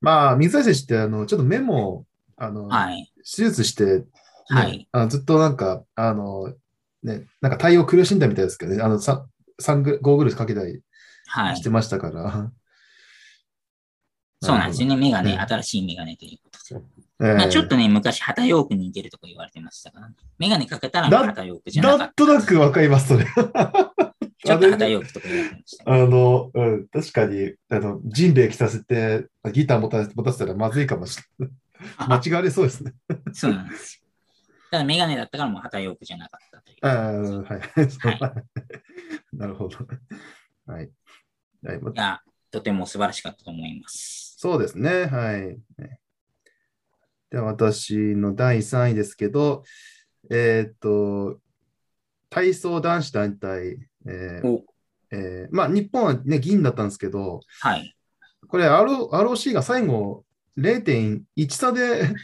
Speaker 2: まあ、水谷選手って、あの、ちょっと目も、あの、
Speaker 3: はい。
Speaker 2: 手術して、ね
Speaker 3: はい。
Speaker 2: あのずっとなんか、あの、ね、なんか対応苦しんだみたいですけどね、あの、さサングゴーグルかけたり
Speaker 3: はい
Speaker 2: し。てましたから。
Speaker 3: そうなんですよね。メガネ、
Speaker 2: うん
Speaker 3: 新しいメガネということで。
Speaker 2: ええ
Speaker 3: まあ、ちょっとね、昔、旗ヨークに似てるとか言われてましたから、ね、メガネかけたら
Speaker 2: だ
Speaker 3: 旗ヨークじゃなか
Speaker 2: な
Speaker 3: っ
Speaker 2: んとなくわかります、 それ。
Speaker 3: た。ちょっと
Speaker 2: あ
Speaker 3: 旗
Speaker 2: れ
Speaker 3: ヨークとか言われてました。
Speaker 2: あの、うん、確かに、あの、ジンベエ着させて、ギター持たせ持たせたらまずいかもしれない。間違われそうですね。
Speaker 3: そうなんですよ。ただ、メガネだったからもう旗ヨークじゃなかったという。
Speaker 2: あー はい。なるほど。はい。はい、ま
Speaker 3: いや、とても素晴らしかったと思います。
Speaker 2: そうですね。はい。では私の第3位ですけど、えーっと、体操男子団体、えー
Speaker 3: お
Speaker 2: えーまあ、日本は、ね、銀だったんですけど、
Speaker 3: はい。
Speaker 2: これ RO ROC が最後0.1差で
Speaker 3: は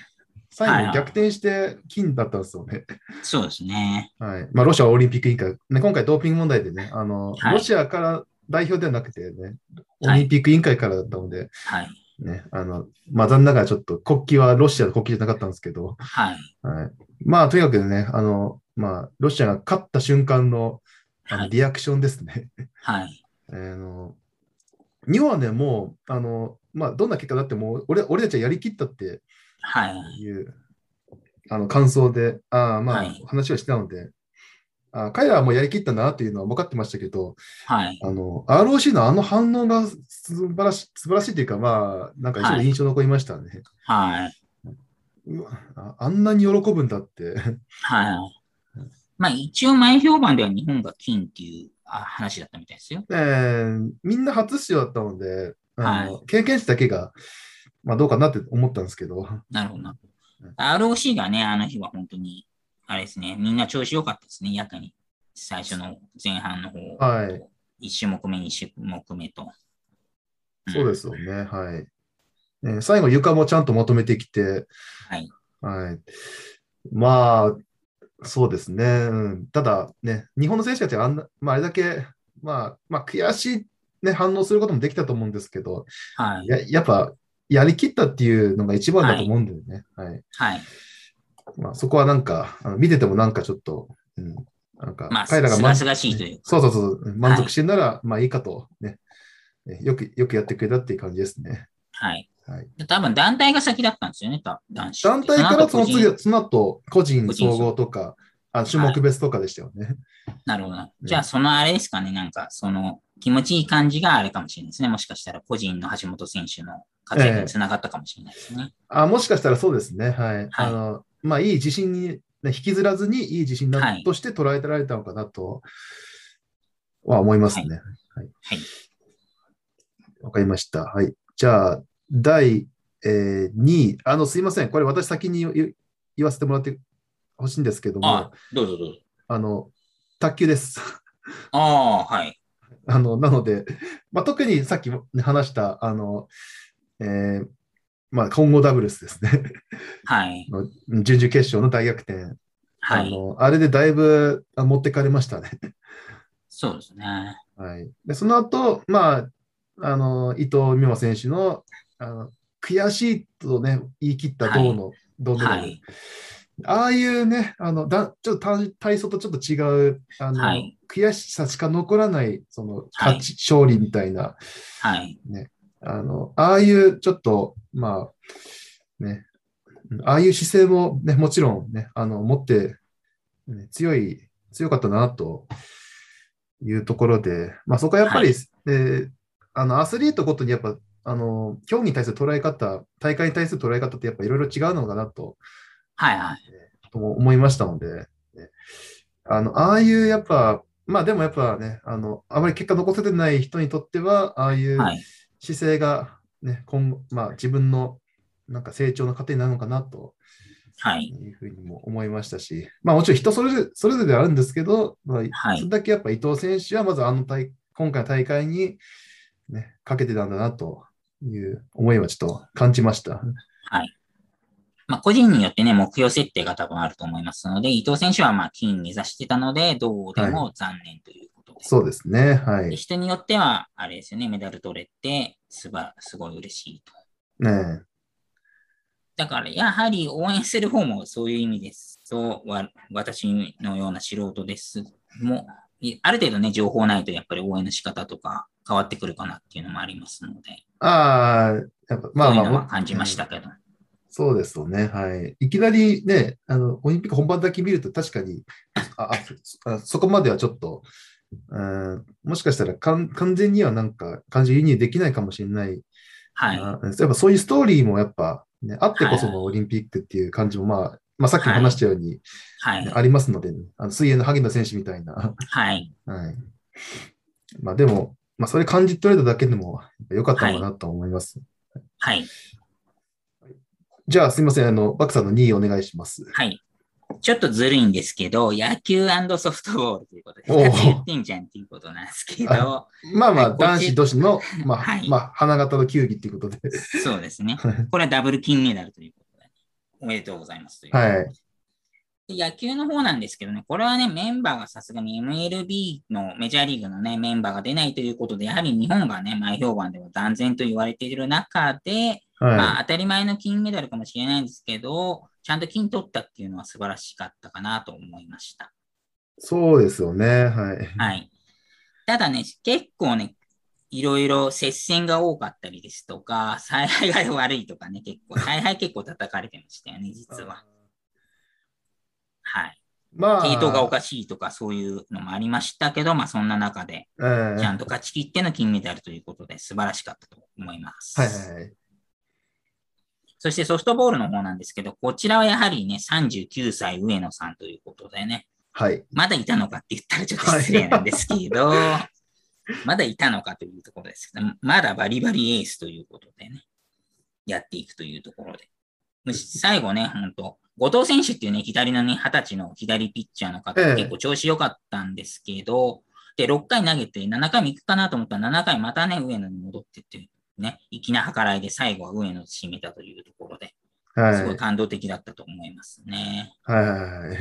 Speaker 2: 最
Speaker 3: いは
Speaker 2: 後
Speaker 3: い
Speaker 2: 逆転して金だったんですよね。
Speaker 3: そうですね。
Speaker 2: はいまあ、ロシアオリンピック委員会、ね、今回ドーピング問題でね、あの
Speaker 3: はい
Speaker 2: ロシアから代表ではなくてね、オ
Speaker 3: はい
Speaker 2: リンピック委員会からだったので、
Speaker 3: はい。
Speaker 2: ね、あの、まあ、残念ながらちょっと国旗はロシアの国旗じゃなかったんですけど、
Speaker 3: はい。
Speaker 2: はい。まあ、とにかくね、あの、まあ、ロシアが勝った瞬間の、あ
Speaker 3: は
Speaker 2: の、
Speaker 3: い。
Speaker 2: リアクションですね。
Speaker 3: はい。
Speaker 2: あの、日本はね、もう、あの、まあ、どんな結果だってもう、俺、俺たちはやりきったって
Speaker 3: はい。
Speaker 2: いう、あの、感想で、ああ、まあ、
Speaker 3: はい
Speaker 2: 話をしてたので、ああ彼らはもうやりきったなっていうのは分かってましたけど、
Speaker 3: はい。
Speaker 2: あの、ROC のあの反応が素晴らし素晴らしいというか、まあ、なんか一
Speaker 3: は
Speaker 2: 応
Speaker 3: い
Speaker 2: 印象残りましたね。
Speaker 3: はい。
Speaker 2: うわああんなに喜ぶんだって。
Speaker 3: はい。まあ、一応前評判では日本が金っていうあ話だったみたいですよ。
Speaker 2: えーみんな初出場だったので、あの
Speaker 3: は
Speaker 2: 経験者だけが、まあ、どうかなって思ったんですけど、
Speaker 3: なるほどな
Speaker 2: うん。
Speaker 3: ROC がね、あの日は本当に、あれですね、みんな調子良かったですね、やかに。最初の前半の方。
Speaker 2: はい。
Speaker 3: 1種目目、2種目目と。。
Speaker 2: そうですすよね。はい。えー最後、床もちゃんとまとめてきて、
Speaker 3: はい。
Speaker 2: はい。まあ、そうですね。うんただ、ね、日本の選手たちがあんな、まあ、あれだけ、まあ、まあ、悔しい、ね、反応することもできたと思うんですけど、
Speaker 3: はい。
Speaker 2: ややっぱ、やりきったっていうのが一番だと思うんだよね。はい
Speaker 3: はい。
Speaker 2: まあ、そこはなんか、あの見ててもなんかちょっと、うん、なんか
Speaker 3: まあ、す
Speaker 2: 彼らが
Speaker 3: が
Speaker 2: 満
Speaker 3: すがしいという。
Speaker 2: そうそうそううん、満足してるなら、まあいいかと、ね。ねよく、よくやってくれたっていう感じですね。
Speaker 3: はい。
Speaker 2: はい、
Speaker 3: 多分団体が先だったんですよね、た男子。
Speaker 2: 団体からその次
Speaker 3: 個人
Speaker 2: は、その後、個人
Speaker 3: 個人
Speaker 2: 総合とか、あ種目別とかでしたよね。
Speaker 3: なるほどな。
Speaker 2: うん
Speaker 3: じゃあ、そのあれですかね、なんか、その気持ちいい感じがあれかもしれないですね。もしかしたら個人の橋本選手の活躍につながったかもしれないですね。
Speaker 2: あもしかしたらそうですね。はい。あの、まあいい自信に、ね引きずらずにいい自信だ、
Speaker 3: はい
Speaker 2: として捉えてられたのかなとは思いますね。はい。
Speaker 3: はい
Speaker 2: わかりました。はい。じゃあ、第、え2位。あの、すいません。これ私先に言言わせてもらってほしいんですけども、
Speaker 3: あ
Speaker 2: あ
Speaker 3: どうぞどうぞ。
Speaker 2: の、卓球です。
Speaker 3: ああ、はい。
Speaker 2: あの、なので、まあ、特にさっきも話した、あの、えーまあ、混合ダブルスですね。
Speaker 3: はい。
Speaker 2: の準々決勝の大逆転、
Speaker 3: は
Speaker 2: あ
Speaker 3: い。
Speaker 2: のあれでだいぶあ持ってかれましたね。
Speaker 3: そうですね。
Speaker 2: はい、でその後、まああの伊藤美誠選手のあの悔しいと、ね、言い切った銅の、銅メダル、
Speaker 3: はい。
Speaker 2: ああいうねあのだちょっと体体操とちょっと違うあの、
Speaker 3: はい
Speaker 2: 悔しさしか残らないその
Speaker 3: はい
Speaker 2: 勝ち、勝利みたいな
Speaker 3: はい。
Speaker 2: あの、ああいうちょっと、まあ、ね、ああいう姿勢もね、もちろんね、あの、持って、ね、強い、強かったな、というところで、まあそこはやっぱり、
Speaker 3: は
Speaker 2: であの、アスリートごとにやっぱ、あの、競技に対する捉え方、大会に対する捉え方ってやっぱいろいろ違うのかなと、
Speaker 3: はい。はい。
Speaker 2: とも思いましたので、ねあの、ああいうやっぱ、まあでもやっぱね、あの、あまり結果残せてない人にとっては、ああいう
Speaker 3: はい。
Speaker 2: 姿勢が、ね今後まあ、自分のなんか成長の糧になるのかなと
Speaker 3: はい。
Speaker 2: いうふうにも思いましたし、まあ、もちろん人それぞれそれぞれではあるんですけど、まあ
Speaker 3: はい
Speaker 2: それだけやっぱ伊藤選手はまずあの大今回の大会に、ね、かけてたんだなという思いはちょっと感じました。
Speaker 3: まあ、個人によってね、目標設定が多分あると思いますので、伊藤選手はまあ金目指してたので、どうでも残念ということで。
Speaker 2: そうですね。は
Speaker 3: で
Speaker 2: い。
Speaker 3: 人によっては、あれですよね、メダル取れて、すば、すごい嬉しいと。
Speaker 2: ね
Speaker 3: だから、やはり応援する方もそういう意味ですと、わ私のような素人です。もう、いある程度ね、情報ないと、やっぱり応援の仕方とか変わってくるかなっていうのもありますので、
Speaker 2: ああ、やっぱまあ
Speaker 3: そういう
Speaker 2: まあ
Speaker 3: のは感じまし。たけど。
Speaker 2: そうですよね。はい。いきなりね、あの、オリンピック本番だけ見ると確かに、ああそあそこまではちょっと、うん、もしかしたらかん完全にはなんか感じ輸入できないかもしれない
Speaker 3: はい。
Speaker 2: な。やっぱそういうストーリーもやっぱ、ね、あってこそのオリンピックっていう感じも、まあ、まあさっきも話したように、
Speaker 3: はい
Speaker 2: ね。ありますので、ね、あの水泳の萩野選手みたいな。
Speaker 3: はい。
Speaker 2: はい。まあでも、まあそれ感じ取れただけでも良かったのかなと思います。
Speaker 3: はい。
Speaker 2: じゃあすみません、あの、バクさんの2位お願いします。
Speaker 3: はい。ちょっとずるいんですけど、野球ソフトボールということで、
Speaker 2: おう
Speaker 3: 2つ言ってんじゃんっていうことなんですけど、
Speaker 2: まあまあ、
Speaker 3: はい
Speaker 2: 男子同士の、まあ、
Speaker 3: はい
Speaker 2: まあ、花形の球技っていう ことで。
Speaker 3: そうですね。これはダブル金メダルということで、おめでとうございますという。
Speaker 2: はい。
Speaker 3: で野球の方なんですけどね、これはね、メンバーがさすがに MLB のメジャーリーグのね、メンバーが出ないということで、やはり日本がね、前評判でも断然と言われている中で、ま
Speaker 2: は
Speaker 3: あ、当たり前の金メダルかもしれないんですけど、ちゃんと金取ったっていうのは素晴らしかったかなと思いました。
Speaker 2: い。そうですよね。はい。
Speaker 3: はい。ただね、結構ね、いろいろ接戦が多かったりですとか、 采配が悪いとかね、結 構、采配結構叩かれてましたよね、実は。はい。
Speaker 2: まあ、
Speaker 3: 系統がおかしいとか、そういうのもありましたけど、まあ、そんな中で、
Speaker 2: ええはい
Speaker 3: ちゃんと勝ち切っての金メダルということで、素晴らしかったと思います。
Speaker 2: はいはい。
Speaker 3: そしてソフトボールの方なんですけど、こちらはやはりね、39歳上野さんということでね、
Speaker 2: はい。
Speaker 3: まだいたのかって言ったらちょっと失礼なんですけど、まだいたのかというところですけど、まだバリバリエースということでね、やっていくというところで。むし最後ね、本当後藤選手っていうね、左のね、二十歳の左ピッチャーの方
Speaker 2: ええ、
Speaker 3: 結構調子良かったんですけど、で、6回投げて7回も行くかなと思ったら、7回またね、上野に戻ってっていう、ね、粋な計らいで最後は上野を締めたというところで、
Speaker 2: はい
Speaker 3: すごい感動的だったと思いますね。
Speaker 2: はいはいはい。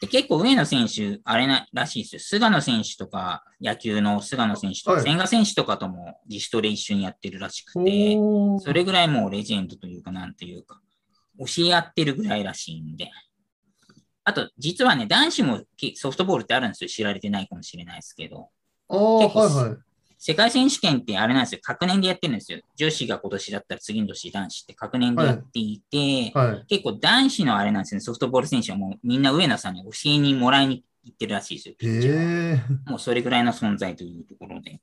Speaker 3: で結構上野選手、あれならしいですよ。菅野選手とか、野球の菅野選手と
Speaker 2: は
Speaker 3: か、
Speaker 2: い
Speaker 3: 千賀選手とかとも自主トレ一緒にやってるらしくて、
Speaker 2: おー
Speaker 3: それぐらいもうレジェンドというか、なんていうか、教え合ってるぐらいらしいんで。あと、実はね、男子もきソフトボールってあるんですよ。知られてないかもしれないですけど。
Speaker 2: あー
Speaker 3: 結構
Speaker 2: はいはい。
Speaker 3: 世界選手権ってあれなんですよ。各年でやってるんですよ。女子が今年だったら次の年男子って各年でやっていて、
Speaker 2: はい。
Speaker 3: 結構男子のあれなんですね、ソフトボール選手はもうみんな上野さんに教えにもらいに行ってるらしいですよ、ピッチャーは
Speaker 2: へえ。
Speaker 3: もうそれぐらいの存在というところで。い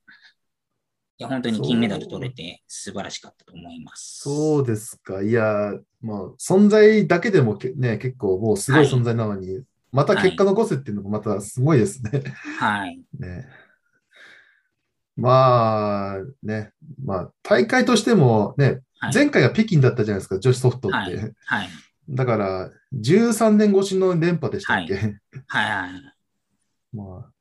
Speaker 3: や、本当に金メダル取れて素晴らしかったと思います。
Speaker 2: そうですか。いや、まあ、存在だけでもけね、結構もうすごい存在なのに、また結果残すっていうのもまたすごいですね。
Speaker 3: はい。
Speaker 2: ね。まあね、まあ大会としてもね、
Speaker 3: はい
Speaker 2: 前回が北京だったじゃないですか、女子ソフトって。
Speaker 3: はい。はい。
Speaker 2: だから、13年越しの連覇でしたっけ、
Speaker 3: はい。はい
Speaker 2: まあ、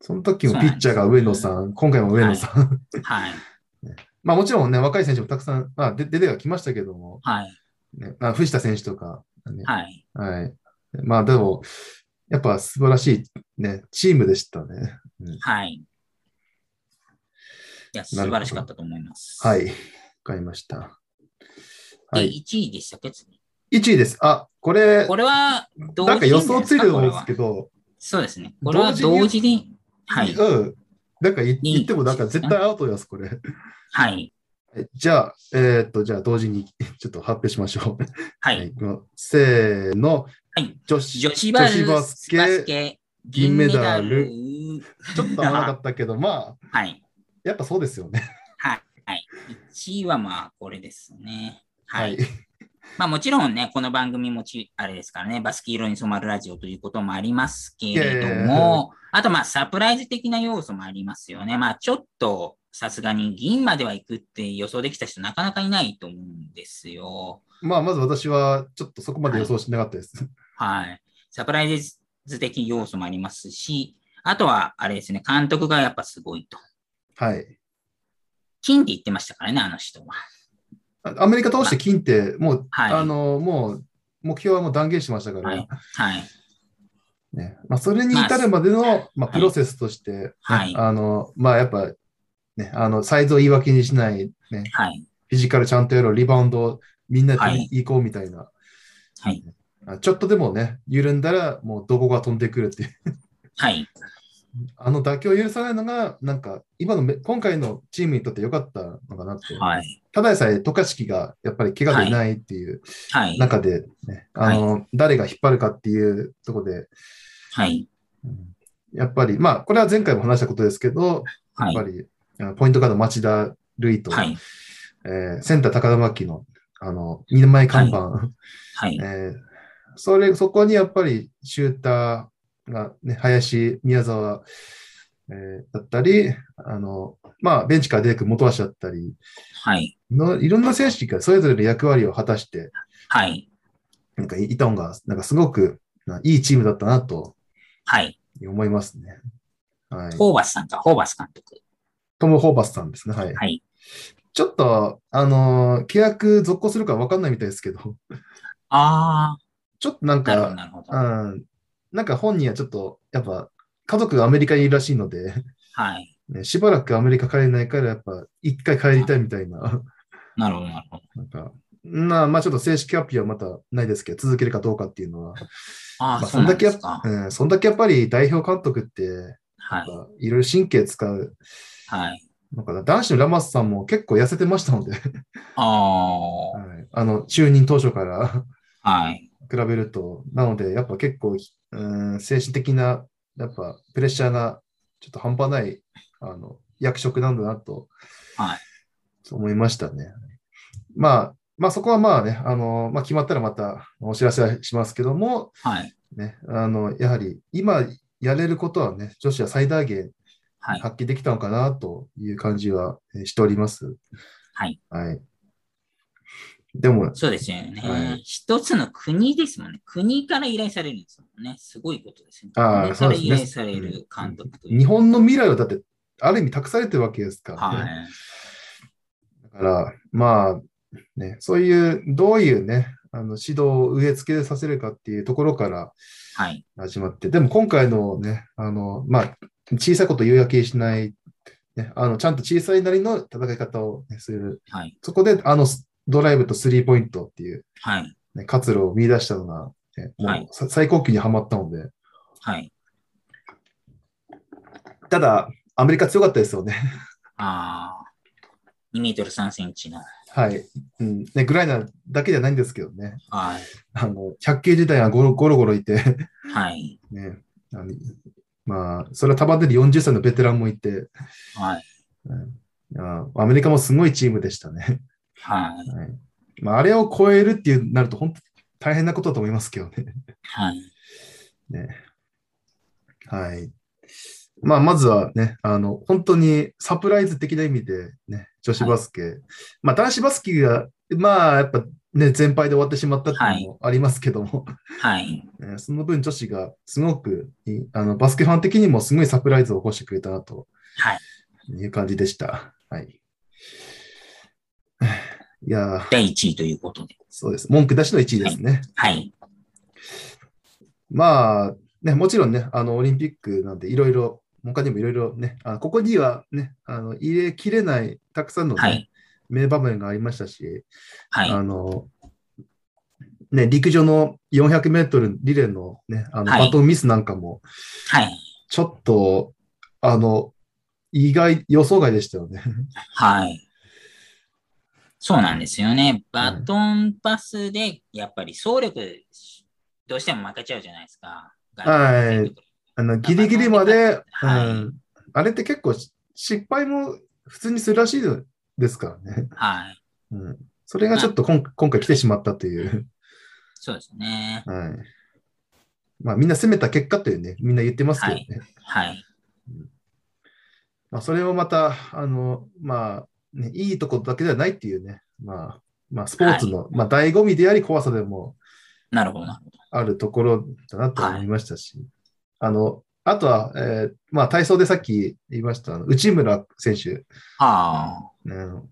Speaker 2: その時もピッチャーが上野さん、今回も上野さん。
Speaker 3: はい。
Speaker 2: まあもちろんね、若い選手もたくさん、まあ、で出てはきましたけども、
Speaker 3: はい。
Speaker 2: ね、あ藤田選手とか、ね
Speaker 3: はい。
Speaker 2: はい。まあでも、やっぱ素晴らしい、ね、チームでしたね。
Speaker 3: はい。いや、素晴らしかったと思います。
Speaker 2: はい。わかりました。は
Speaker 3: で、
Speaker 2: い。
Speaker 3: 1位でしたっけ、次。
Speaker 2: 1位です。あ、これ、
Speaker 3: これは同時
Speaker 2: なんか予想ついてる
Speaker 3: こ
Speaker 2: ん
Speaker 3: れ
Speaker 2: です
Speaker 3: は
Speaker 2: けど、
Speaker 3: そうですね。これは
Speaker 2: 同
Speaker 3: 同
Speaker 2: 時
Speaker 3: 時に。はい。
Speaker 2: うん。なんかい
Speaker 3: いい
Speaker 2: 言っても、なんか絶対アウトです、これ。
Speaker 3: はい。
Speaker 2: はいじゃあ、えーっと、じゃあ同時に ちょっと発表しましょう。
Speaker 3: は。
Speaker 2: はいい、このせーの、
Speaker 3: はい
Speaker 2: 女子
Speaker 3: 女子バス
Speaker 2: 女子バス
Speaker 3: ケ、バス
Speaker 2: ケ、
Speaker 3: ケ
Speaker 2: 銀メダル
Speaker 3: 銀メダル
Speaker 2: ちょっと合わなかったけど、まあ、
Speaker 3: はい。
Speaker 2: やっぱそうですよね。
Speaker 3: 1位はまあ、これですね。 は。
Speaker 2: はいい。
Speaker 3: まあ、もちろんね、この番組もち、あれですからね、バスケ色に染まるラジオということもありますけれど
Speaker 2: いやいやいや
Speaker 3: も、あとまあ、サプライズ的な要素もありますよね。まあ、ちょっとさすがに銀までは行くって予想できた人なかなかいないと思うんですよ。
Speaker 2: まあ、まず私はちょっとそこまで予想してなかったです。
Speaker 3: はい。サプライズ的要素もありますし、あとは、あれですね、監督がやっぱすごいと。
Speaker 2: はい。
Speaker 3: 金って言ってましたからね、あの人は。
Speaker 2: あアメリカ通して金って、もう、
Speaker 3: はい
Speaker 2: あの、もう、目標はもう断言してましたから、
Speaker 3: はい。はい。
Speaker 2: ねまあ、それに至るまでの、まあ、
Speaker 3: い
Speaker 2: プロセスとして、ね
Speaker 3: はい
Speaker 2: あの、まあ、やっぱ、ね、あの、サイズを言い訳にしない、ね、
Speaker 3: はい。
Speaker 2: フィジカルちゃんとやろう、リバウンドをみんなで
Speaker 3: はい
Speaker 2: 行こうみたいな、
Speaker 3: はい。
Speaker 2: あちょっとでもね、緩んだら、もうどこが飛んでくるっていう、
Speaker 3: はい。
Speaker 2: あの妥協を許さないのが、なんか、今のめ、今回のチームにとって良かったのかなって。
Speaker 3: はい。
Speaker 2: ただでさえ、渡嘉敷がやっぱり怪我でいないっていう
Speaker 3: はい。
Speaker 2: 中で、ねあの、誰が引っ張るかっていうところで、
Speaker 3: はい。
Speaker 2: うんやっぱり、まあ、これは前回も話したことですけど、
Speaker 3: は
Speaker 2: やっ
Speaker 3: い。
Speaker 2: ぱり、あのポイントカード町田瑠唯と、
Speaker 3: はい。
Speaker 2: えーセンター高田真希の、あの、2枚看板、
Speaker 3: はい
Speaker 2: え。ーそれ、そこにやっぱりシューターが、ね、林、宮沢、えーだったり、あの、まあ、ベンチから出てくる本橋だったり
Speaker 3: はい。
Speaker 2: の、いろんな選手がそれぞれの役割を果たして、
Speaker 3: はい。
Speaker 2: なんかいいたのが、なんかすごくないいチームだったなと
Speaker 3: はい。
Speaker 2: 思いますね。はい。
Speaker 3: ホーバスさんか、ホーバス監督。
Speaker 2: トム・ホーバスさんですね。はい。
Speaker 3: はい。
Speaker 2: ちょっと、あのー契約続行するか分かんないみたいですけど、
Speaker 3: あ
Speaker 2: ちょっとなん
Speaker 3: あ、なるほど、
Speaker 2: か、
Speaker 3: なるほど。
Speaker 2: うん、なんか本人はちょっと、やっぱ、家族がアメリカにいるらしいので、
Speaker 3: はい。
Speaker 2: ね、しばらくアメリカ帰れないから、やっぱ、一回帰りたいみたいな、
Speaker 3: なるほど、なるほど。
Speaker 2: なんか、まあ、まあ、ちょっと正式発表はまたないですけど、続けるかどうかっていうのは、
Speaker 3: あ
Speaker 2: ま
Speaker 3: あ、
Speaker 2: あ、
Speaker 3: そ
Speaker 2: そ
Speaker 3: うんな
Speaker 2: だ
Speaker 3: ん
Speaker 2: け
Speaker 3: で
Speaker 2: や
Speaker 3: す
Speaker 2: っぱ
Speaker 3: か、。
Speaker 2: うん、そんだけやっぱり代表監督って、
Speaker 3: はい。
Speaker 2: まあいろいろ神経使う
Speaker 3: はい。
Speaker 2: のかな。男子のラマスさんも結構痩せてましたので、はい、
Speaker 3: あ
Speaker 2: あの、就任当初から。
Speaker 3: あ、はい。
Speaker 2: 比べると、なので、やっぱ結構、うん、精神的な、やっぱプレッシャーがちょっと半端ないあの役職なんだなと、
Speaker 3: はい
Speaker 2: そう思いましたね。まあ、まあ、そこはまあね、あのまあ、決まったらまたお知らせはしますけども、
Speaker 3: はい。
Speaker 2: ね、あのやはり今やれることはね、女子は最大限
Speaker 3: はい。
Speaker 2: 発揮できたのかなという感じはえーしております。
Speaker 3: はい。
Speaker 2: はい。でも、
Speaker 3: そうですよね、
Speaker 2: はい
Speaker 3: 一つの国ですもんね。国から依頼されるんですもんね。すごいことですね。
Speaker 2: ああ
Speaker 3: 国から
Speaker 2: そう
Speaker 3: 依
Speaker 2: ですね
Speaker 3: 頼される監督という。
Speaker 2: 日本の未来をだって、ある意味託されてるわけですから、ね。
Speaker 3: はい。
Speaker 2: だから、まあ、ね、そういう、どういうね、あの指導を植え付けさせるかっていうところから
Speaker 3: はい。
Speaker 2: 始まって、でも今回のね、あの、まあ、小さいこと言うやけしない、ね、あの、ちゃんと小さいなりの戦い方をね、する。
Speaker 3: はい。
Speaker 2: そこで、あの、スドライブとスリーポイントっていう、
Speaker 3: はい。
Speaker 2: ね、活路を見出したのが、ね、もう
Speaker 3: はい
Speaker 2: さ最高級にはまったので、
Speaker 3: はい。
Speaker 2: ただ、アメリカ強かったですよね。
Speaker 3: ああ。2メートル3センチの。
Speaker 2: はい。うん。ね、グライナーだけじゃないんですけどね。
Speaker 3: は
Speaker 2: あの、100球自体がゴロゴロゴロいて、
Speaker 3: い。はい。
Speaker 2: ね、あのまあ、それは束ねる40歳のベテランもいて、
Speaker 3: はい。
Speaker 2: あアメリカもすごいチームでしたね。
Speaker 3: はい。
Speaker 2: はいまあ、あれを超えるっていうなると、本当大変なことだと思いますけどね。
Speaker 3: はい。
Speaker 2: ねはい。まあ、まずはね、あの、本当にサプライズ的な意味で、ね、女子バスケ、まあ、男子バスケが、まあ、やっぱね、全敗で終わってしまったっていうのもありますけども、
Speaker 3: はい。
Speaker 2: ねその分女子がすごくいいあの、バスケファン的にもすごいサプライズを起こしてくれたなと
Speaker 3: はい。
Speaker 2: いう感じでした。はい。 いやー、
Speaker 3: 第1位ということで。
Speaker 2: そうです。文句出しの1位ですね。
Speaker 3: はい。
Speaker 2: まあ、ね、もちろんね、あの、オリンピックなんで、いろいろ、他にもいろいろね、あここにはね、あの入れきれない、たくさんの、ね
Speaker 3: はい。
Speaker 2: 名場面がありましたし、
Speaker 3: はい。
Speaker 2: あの、ね、陸上の400メートルリレーのね、あの、
Speaker 3: はい
Speaker 2: バトンミスなんかも、
Speaker 3: はい。
Speaker 2: ちょっと、あの、意外、予想外でしたよね。
Speaker 3: はい。そうなんですよね。バトンパスで、やっぱり総力、どうしても負けちゃうじゃないですか。
Speaker 2: はいあのギリギリまで、
Speaker 3: はい
Speaker 2: うん、あれって結構し失敗も普通にするらしいですからね。
Speaker 3: はい。
Speaker 2: うん、それがちょっとこん今回来てしまったという、
Speaker 3: そうですね。
Speaker 2: はいまあ。みんな攻めた結果というね、みんな言ってますけどね。
Speaker 3: はい。
Speaker 2: まあ、それもまた、あの、まあ、ね、いいとこだけではないっていうね、まあ、まあ、スポーツの、まあ、醍醐味であり、怖さでも
Speaker 3: なるほどなるほど。
Speaker 2: あるところだなと思いましたし、あの、あとは、えーまあ、体操でさっき言いました、あの内村選手、
Speaker 3: あ
Speaker 2: ねあの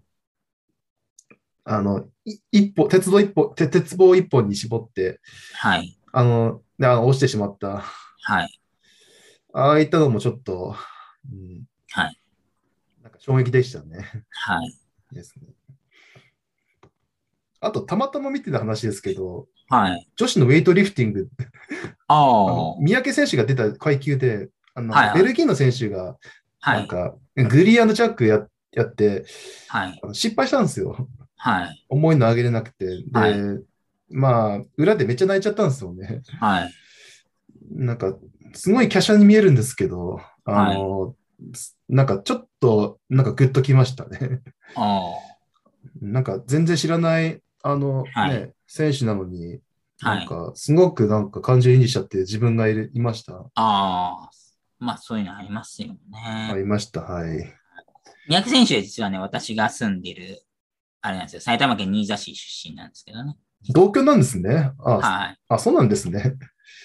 Speaker 2: あの、い一歩、鉄道一歩、て鉄棒一本に絞って、
Speaker 3: あ、はい、
Speaker 2: あの、ねあの落ちてしまった、
Speaker 3: はい、
Speaker 2: ああいったのもちょっと、うん、
Speaker 3: はい、
Speaker 2: なんか衝撃でしたね。
Speaker 3: はい、
Speaker 2: ですね。あと、たまたま見てた話ですけど、
Speaker 3: はい。
Speaker 2: 女子のウェイトリフティング、あ
Speaker 3: あ
Speaker 2: の三宅選手が出た階級で、あの
Speaker 3: はいはい
Speaker 2: ベルギーの選手が、
Speaker 3: あ、は
Speaker 2: なん
Speaker 3: い、
Speaker 2: か、グリーチャックややって、
Speaker 3: はい、
Speaker 2: あの失敗したんですよ。
Speaker 3: はい、
Speaker 2: 重いの上げれなくて。で、
Speaker 3: はい
Speaker 2: まあ、裏でめっちゃ泣いちゃったんですよね。
Speaker 3: はい、
Speaker 2: なんか、すごい華奢に見えるんですけど、あの、なんかちょっと、なんかグッときましたね。
Speaker 3: あ
Speaker 2: なんか全然知らない、あの、
Speaker 3: はい
Speaker 2: ね、選手なのに、
Speaker 3: あ、は
Speaker 2: なん
Speaker 3: い、あ
Speaker 2: か、すごくなんか感情移入しちゃって自分がいるいました。
Speaker 3: あー。まあそういうのありますよ
Speaker 2: あ
Speaker 3: ね。
Speaker 2: いました、はい。
Speaker 3: 三宅選手は実はね、私が住んでる、あれなんですよ、埼玉県新座市出身なんですけどね。
Speaker 2: 同居なんですね。あ、
Speaker 3: はい。
Speaker 2: あそうなんですね。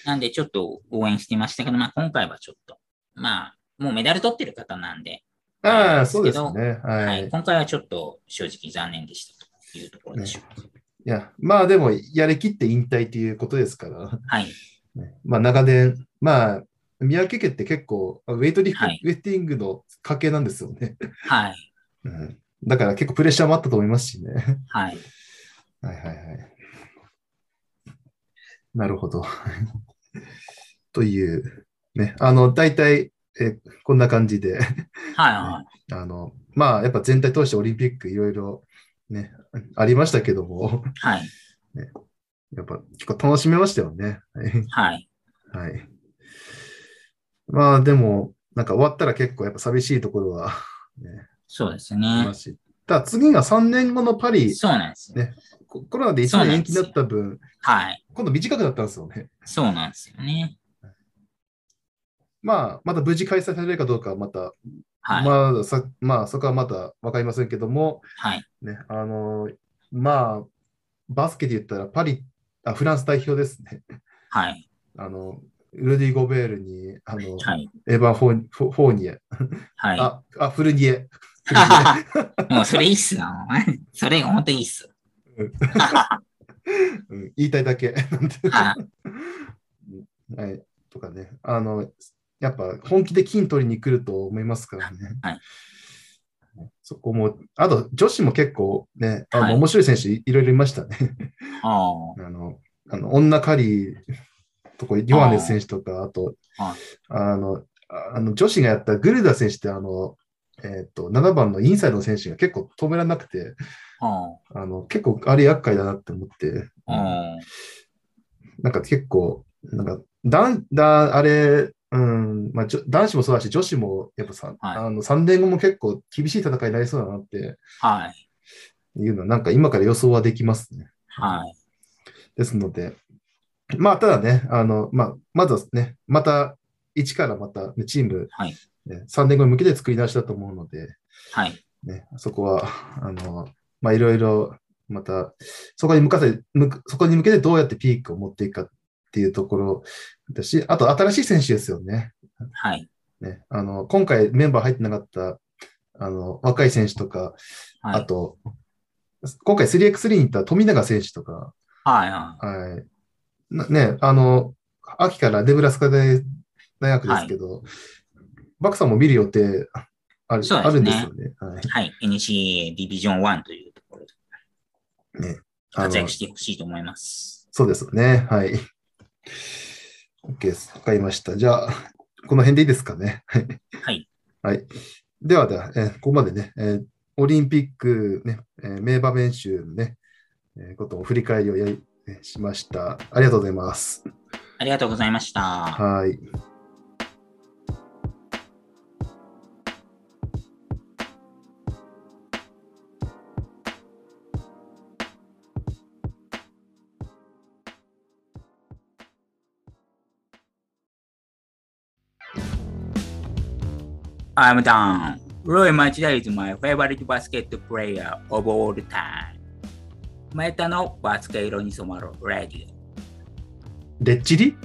Speaker 3: なんでちょっと応援してましたけど、まあ今回はちょっと、まあもうメダル取ってる方なんで、
Speaker 2: あ
Speaker 3: はい
Speaker 2: あ、そうです
Speaker 3: です
Speaker 2: ね。はい。
Speaker 3: はい
Speaker 2: い、
Speaker 3: 今回はちょっと正直残念でしたというところでしょう。
Speaker 2: や、まあでも、やりきって引退ということですから、
Speaker 3: はい。
Speaker 2: ねまあ長年、まあ、三宅家って結構、ウェイトリフ、
Speaker 3: はい
Speaker 2: ウェイティングの家系なんですよね。
Speaker 3: はい。
Speaker 2: うん、だから結構プレッシャーもあったと思いますしね。
Speaker 3: はい。
Speaker 2: はいはいはい。なるほど。 という、ね、あの、大体、えこんな感じで、
Speaker 3: はい。はい。
Speaker 2: あの、まあ、やっぱ全体通してオリンピックいろいろね、ありましたけども、
Speaker 3: はい。
Speaker 2: やっぱ結構楽しめましたよね。はい
Speaker 3: はい。
Speaker 2: はい。まあ、でも、なんか終わったら結構やっぱ寂しいところは、ね、
Speaker 3: そうです
Speaker 2: あり
Speaker 3: ね
Speaker 2: ま。すし。ただ次が3年後のパリ、
Speaker 3: そうなんですよ。
Speaker 2: ねココロナで1年延期になった分、
Speaker 3: はい。
Speaker 2: 今度短くなったんですよね。
Speaker 3: そうなんですよね。
Speaker 2: まあ、また無事開催されるかどうかはまた、
Speaker 3: はい。
Speaker 2: まださ、まあ、そこはまた分かりませんけども、
Speaker 3: はい。
Speaker 2: ね、あのーまあ、バスケで言ったらパリ、あ、フランス代表ですね。
Speaker 3: はい。
Speaker 2: あの、ルディ・ゴベールに、あの、
Speaker 3: はい。
Speaker 2: エヴァン・フォーニフォフォーニエ、
Speaker 3: は
Speaker 2: あ、あ、フルニエ。フルニエ
Speaker 3: い。 もうそれいいっすな。それ本当いいっす。
Speaker 2: うん言いたいだけ。なんて
Speaker 3: は
Speaker 2: はい、とかね、あの、やっぱ本気で金取りに来ると思いますからね。
Speaker 3: はい
Speaker 2: そこも、あと女子も結構ね、あの、
Speaker 3: はい
Speaker 2: 面白い選手いいろいろいましたね。
Speaker 3: あ
Speaker 2: あの、あの女カリーとか、ヨハネス選手とか、あと、
Speaker 3: はい
Speaker 2: あの、ああの女子がやったグルダ選手って、あの、えっ、と、7番のインサイドの選手が結構止められなくて、
Speaker 3: あ。あ
Speaker 2: あの、結構あれ厄介だなって思って、
Speaker 3: あ。
Speaker 2: なんか結構、なんか、男、だあれ、うん、まあ、じょ男子もそうだし、女子も、やっぱさ、あの3年後も結構厳しい戦いになりそうだなって
Speaker 3: はい。
Speaker 2: いうのは、なんか今から予想はできますね。
Speaker 3: はい。
Speaker 2: ですので、まあ、ただね、あの、まあ、まずはね、また、一からまた、ね、チーム、
Speaker 3: はい
Speaker 2: ね、3年後に向けて作り出しだと思うので、
Speaker 3: はい。
Speaker 2: ね、そこは、あの、まあ、いろいろ、また、そこに向かせ、向くそこに向けてどうやってピークを持っていくかっていうところだし、あと、新しい選手ですよね。
Speaker 3: はい。
Speaker 2: ね、あの、今回メンバー入ってなかった、あの、若い選手とか、
Speaker 3: は
Speaker 2: あ
Speaker 3: い。
Speaker 2: と、今回 3x3 に行った富永選手とか、
Speaker 3: はい。は
Speaker 2: はい。なね、あの、秋からネブラスカ大大学ですけど、バクさんも見る予定ある,、
Speaker 3: そうですね
Speaker 2: あるんですよね。はい
Speaker 3: い。はい。NCA ディビジョン1というところで
Speaker 2: あの
Speaker 3: 活躍してほしいと思います。
Speaker 2: そうですよね。はい。OK です。わかりました。じゃあ、この辺でいいですかね。
Speaker 3: はい。
Speaker 2: はい。ではでは、えーここまでね、えーオリンピック、ねえー名場面集のね、えーことを振り返りをやりえーしました。ありがとうございます。
Speaker 3: ありがとうございました。
Speaker 2: はい。
Speaker 3: I'm down. ロイ・マチダ is my favorite basket player of all time. メタのバスケ色に染まるレディオ。
Speaker 2: でっちり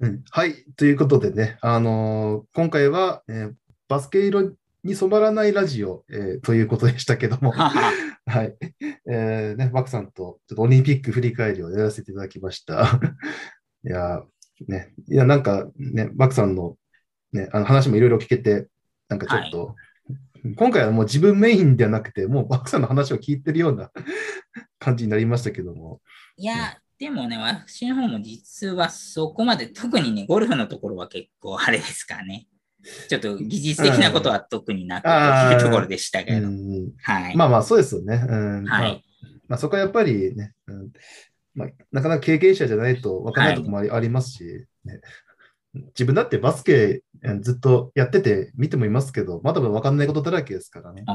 Speaker 2: うん、はい。ということでね、あのー今回は、えーバスケ色に染まらないラジオ、えーということでしたけど も、
Speaker 3: はは
Speaker 2: はい。えーね、マクさんと、ちょっとオリンピック振り返りをやらせていただきました。 いやー、ね、いや、なんかね、マクさんの、ね、あの話もいろいろ聞けて、なんかちょっと、今回はもう自分メインではなくて、もうマクさんの話を聞いてるような 感じになりましたけども、
Speaker 3: いや、でもね、私の方も実はそこまで、特にね、ゴルフのところは結構あれですかね。ちょっと技術的なことは特になく
Speaker 2: うん
Speaker 3: というところでしたけ
Speaker 2: う
Speaker 3: ど。
Speaker 2: ん
Speaker 3: はい。
Speaker 2: まあまあ、そうですよね。うんまあ
Speaker 3: はい。
Speaker 2: まあ、そこはやっぱりね、うんまあ、なかなか経験者じゃないと分からないところもあり,、ありますし、ね、自分だってバスケうんずっとやってて見てもいますけど、まだまだ分かんないことだらけですからね。
Speaker 3: あ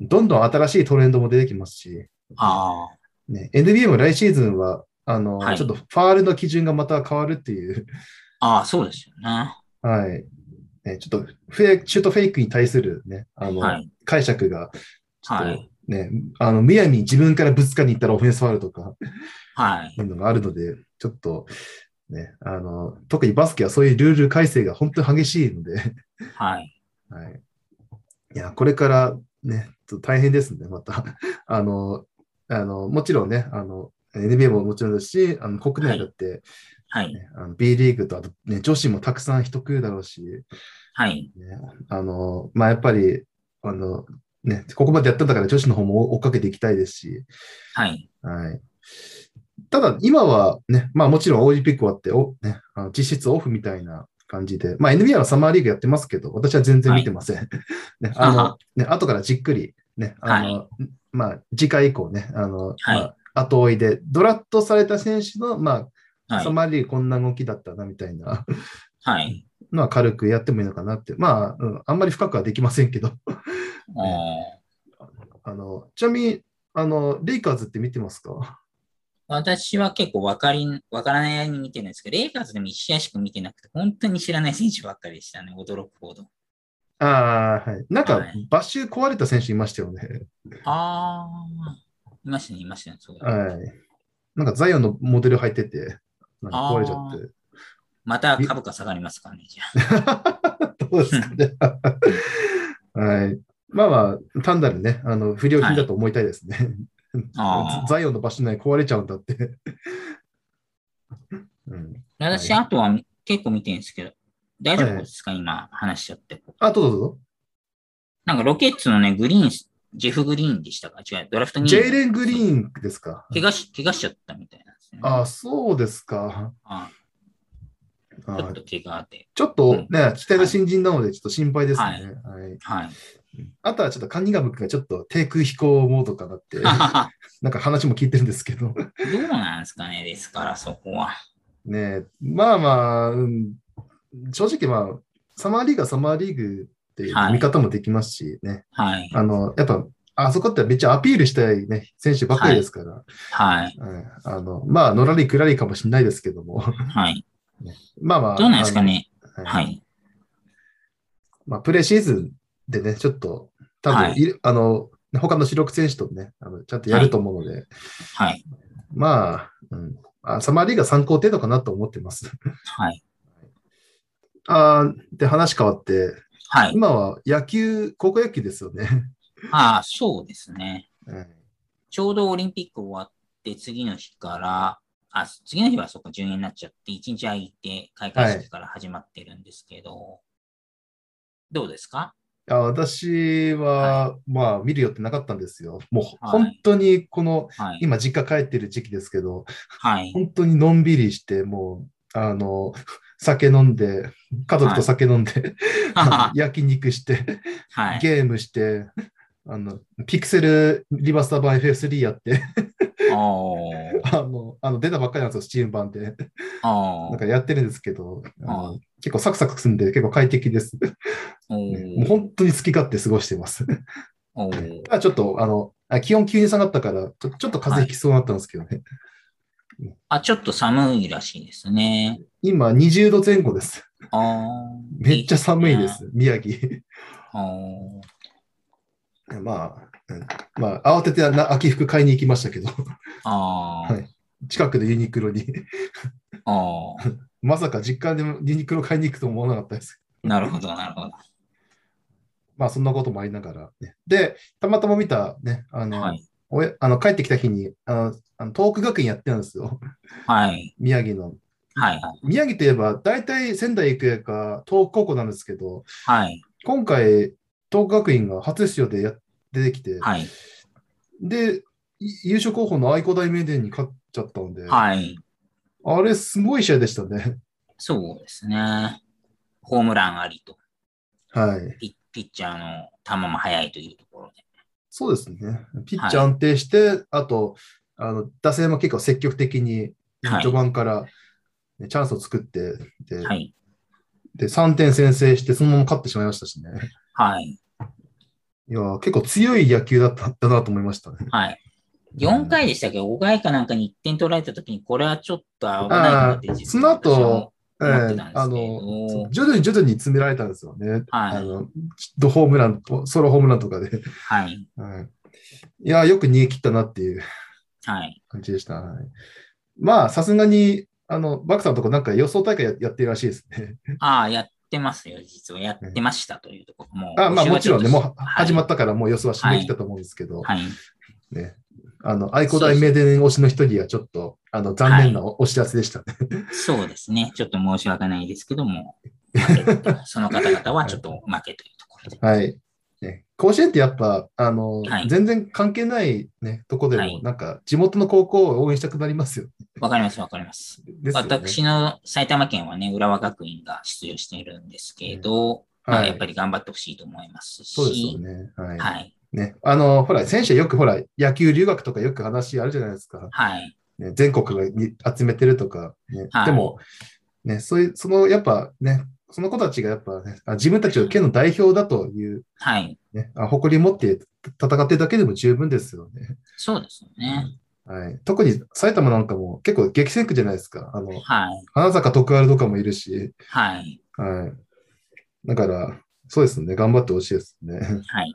Speaker 3: ー
Speaker 2: どんどん新しいトレンドも出てきますし、
Speaker 3: あ
Speaker 2: ね、NBA も来シーズンはあの、
Speaker 3: はい
Speaker 2: ちょっとファールの基準がまた変わるっていう、
Speaker 3: ー、ああ、そうですよね。
Speaker 2: はいね、ちょっとフェイクシュートフェイクに対する、ね、あの
Speaker 3: はい。
Speaker 2: 解釈が、
Speaker 3: はい。
Speaker 2: ねあのむやみに自分からぶつかりに行ったらオフェンスファールとか。
Speaker 3: はい。
Speaker 2: いうのがあるので、ちょっと、ね、あの、特にバスケはそういうルール改正が本当に激しいので、
Speaker 3: はい。
Speaker 2: はい。いや、これからね、ちょっと大変ですね、また。 あの、あの、もちろんね、あの、NBA ももちろんですし、あの国内だって、
Speaker 3: はい。
Speaker 2: ねあの B リーグとあと、ね、女子もたくさん人食うだろうし、
Speaker 3: はい。
Speaker 2: ね、あの、まあ、やっぱり、あの、ね、ここまでやったんだから女子の方も追っかけていきたいですし、
Speaker 3: はい。
Speaker 2: はい。ただ、今はね、まあもちろんオリンピック終わってお、ね、あの実質オフみたいな感じで、まあ NBA はサマーリーグやってますけど、私は全然見てません。 ね、あ
Speaker 3: は
Speaker 2: の
Speaker 3: は、
Speaker 2: ね、後からじっくり、ね、あの、まあ次回以降ね、あの、まあ、後追いで、ドラフトされた選手の、まあ、
Speaker 3: はい
Speaker 2: サ。マーリーグこんな動きだったなみたいな
Speaker 3: はい。
Speaker 2: のは軽くやってもいいのかなって、まあ、うん、あんまり深くはできませんけど、
Speaker 3: あー
Speaker 2: あの、ちなみに、あの、レイカーズって見てますか
Speaker 3: 私は結構わかりん、わからないように見てるんですけど、レイカーズでも一試合しか見てなくて、本当に知らない選手ばっかりでしたね、驚くほど。
Speaker 2: ああ、はい。なん
Speaker 3: は
Speaker 2: か
Speaker 3: い、
Speaker 2: バッシュ壊れた選手いましたよね。
Speaker 3: ああ、いましたね、いましたね、そうだ
Speaker 2: はい。なんか、ザイオンのモデル入ってて、なんか壊れちゃ
Speaker 3: また株価下がりますからね、じゃ
Speaker 2: って。どうですか ね。はい。まあまあ、単なるね、あの、不良品だと思いたいですね。
Speaker 3: あ。あー
Speaker 2: ザイオンの場所ない壊れちゃうんだって。 うん、
Speaker 3: 私、あとは結構見てるんですけど、大丈夫ですか、今、話しちゃって。
Speaker 2: あ、どうぞどうぞ。
Speaker 3: なんかロケッツのね、グリーン、ジェフ・グリーンでしたか違う、ドラフトに。
Speaker 2: ジェイレン・グリーンですか。
Speaker 3: 怪我し、怪我しちゃったみたいなんですね。
Speaker 2: ああ、そうですか。
Speaker 3: あ
Speaker 2: あ
Speaker 3: ーちょっ
Speaker 2: ー
Speaker 3: と怪我で。
Speaker 2: ちょっとね、期待の新人なので、ちょっと心配ですね。
Speaker 3: は
Speaker 2: はい
Speaker 3: はい。
Speaker 2: あとはちょっとカンニンガム君がちょっと低空飛行モードかな って、なんか話も聞いてるんですけど、
Speaker 3: どうなんですかね、ですから、そこは。
Speaker 2: ねえまあまあ、うん正直まあ、サマーリーグはサマーリーグっていう
Speaker 3: はい
Speaker 2: 見方もできますしね、
Speaker 3: はい。
Speaker 2: あの、やっぱ、あそこってめっちゃアピールしたいね、選手ばっかりですから、
Speaker 3: はい。
Speaker 2: うんあの、まあ、のらりくらりかもしれないですけども、
Speaker 3: はい。
Speaker 2: まあまあ、
Speaker 3: どうなんですかね。
Speaker 2: あの、は
Speaker 3: はいい。
Speaker 2: まあ、プレーシーズンでね、ちょっと、多分、
Speaker 3: はい
Speaker 2: いるあの、他の主力選手とね、あのちゃんとやると思うので、
Speaker 3: はい。
Speaker 2: まあ、うん、あサマーリーが参考程度かなと思ってます。
Speaker 3: はい。
Speaker 2: あーで、話変わって、
Speaker 3: はい。
Speaker 2: 今は野球、高校野球ですよね。
Speaker 3: ああ、そうですね。
Speaker 2: はい
Speaker 3: ちょうどオリンピック終わって、次の日から、あ、次の日はそっか、順延になっちゃって、1日空いて、開会式から始まってるんですけど、どうですか
Speaker 2: あ私は、まあ、見る予定なかったんですよ。もう、
Speaker 3: はい
Speaker 2: 本当に、この、
Speaker 3: はい。
Speaker 2: 今、実家帰ってる時期ですけど、
Speaker 3: はい。
Speaker 2: 本当にのんびりして、もう、あの、酒飲んで、家族と酒飲んで、
Speaker 3: は
Speaker 2: 焼肉して、
Speaker 3: い。
Speaker 2: ゲームして、あの、ピクセルリバースターバー FF3 やって、
Speaker 3: おー。
Speaker 2: あの、あの出たばっかりなんですよ、スチーム版で。な
Speaker 3: お
Speaker 2: ん
Speaker 3: ー
Speaker 2: かやってるんですけど、あの
Speaker 3: はい
Speaker 2: 結構サクサクするんで、結構快適です。
Speaker 3: おー
Speaker 2: もう本当に好き勝手過ごしてます。
Speaker 3: おー
Speaker 2: ただちょっ と、あの、あ気温急に下がったから、ちょちょっと風邪ひきそうになったんですけどね。
Speaker 3: あ、ちょっと寒いらしいですね。
Speaker 2: 今、20度前後です。
Speaker 3: あー
Speaker 2: めっちゃ寒いで。す、宮城。
Speaker 3: あー
Speaker 2: まあ、うんまあ、慌ててな秋服買いに行きましたけど、
Speaker 3: あ
Speaker 2: はい近くのユニクロに。
Speaker 3: ーあー
Speaker 2: まさか実家でユニクロ買いに行くとも思わなかったです。
Speaker 3: なるほど、なるほど。
Speaker 2: まあ、そんなこともありながら、ね。で、たまたま見た、ね、あの、
Speaker 3: はい。
Speaker 2: おやあの帰ってきた日に、あの、あの東北学院やってたんですよ。
Speaker 3: はい。
Speaker 2: 宮城の。
Speaker 3: はい。はい
Speaker 2: 宮城といえば、大体仙台育英か東北高校なんですけど、
Speaker 3: はい。
Speaker 2: 今回、東北学院が初出場でや出てきて、
Speaker 3: はい。
Speaker 2: で、い優勝候補の愛工大名電に勝っちゃったんで、
Speaker 3: はい。
Speaker 2: あれ、すごい試合でしたね。
Speaker 3: そうですね。ホームランありと、
Speaker 2: はい。
Speaker 3: ピピッチャーの球も速いというところで。
Speaker 2: そうですね。ピッチャー安定して、あと、あの打線も結構積極的に、
Speaker 3: はい
Speaker 2: 序盤から、ねチャンスを作って、で、
Speaker 3: はい。
Speaker 2: で3点先制して、そのまま勝ってしまいましたしね。
Speaker 3: はい。
Speaker 2: いやー、結構強い野球だっただなと思いましたね。
Speaker 3: はい。4回でしたっけ ?5 回かなんかに1点取られたときに、これはちょっと危ないなって
Speaker 2: あー
Speaker 3: 自分
Speaker 2: その後
Speaker 3: 私も
Speaker 2: え
Speaker 3: 思って
Speaker 2: え
Speaker 3: たんですけど
Speaker 2: あの、そう徐々に徐々に詰められたんですよね。あ
Speaker 3: はい。
Speaker 2: の、ドホームランと、ソロホームランとかで。
Speaker 3: はい。
Speaker 2: はい、いやー、よく逃げ切ったなっていう
Speaker 3: はい。
Speaker 2: 感じでした。はい、まあ、さすがに、あの、バクさんのとこなんか予想大会ややってるらしいです ね。
Speaker 3: ああ、やってますよ、実は。やってましたというところも。
Speaker 2: あまあ、もちろんね、もう始ま
Speaker 3: っ
Speaker 2: ったからもう予想はしできたと思うんですけど、
Speaker 3: はい。
Speaker 2: ね。あの、愛工大名電推しの一人はちょっと、あの、残念なおお知らせでしたね。
Speaker 3: そうですね。ちょっと申し訳ないですけど も、負けその方々はちょっと負けというところで。
Speaker 2: はい。ね、甲子園ってやっぱ、あの、
Speaker 3: はい
Speaker 2: 全然関係ないね、とこでも、
Speaker 3: はい
Speaker 2: なんか、地元の高校を応援したくなりますよ。
Speaker 3: わかります、わかります。
Speaker 2: ですよね。
Speaker 3: 私の埼玉県はね、浦和学院が出場しているんですけど、ま
Speaker 2: は
Speaker 3: あ、
Speaker 2: い、
Speaker 3: やっぱり頑張ってほしいと思いますし、
Speaker 2: そうですよね。はい。
Speaker 3: はい、
Speaker 2: ね。あの、ほら、選手よくほら、野球留学とかよく話あるじゃないですか。
Speaker 3: はい、
Speaker 2: ね、全国からに集めてるとか、ね
Speaker 3: はい
Speaker 2: でも、ね、そういう、その、やっぱね、その子たちがやっぱね、あ自分たちの県の代表だという、
Speaker 3: はい、
Speaker 2: ね、あ誇り持って戦ってるだけでも十分ですよね。
Speaker 3: そうですよね。
Speaker 2: はい、特に埼玉なんかも結構激戦区じゃないですか。あの
Speaker 3: はい、
Speaker 2: 花坂徳丸とかもいるし、
Speaker 3: はい、
Speaker 2: はい、だから、そうですね、頑張ってほしいですね。
Speaker 3: はい、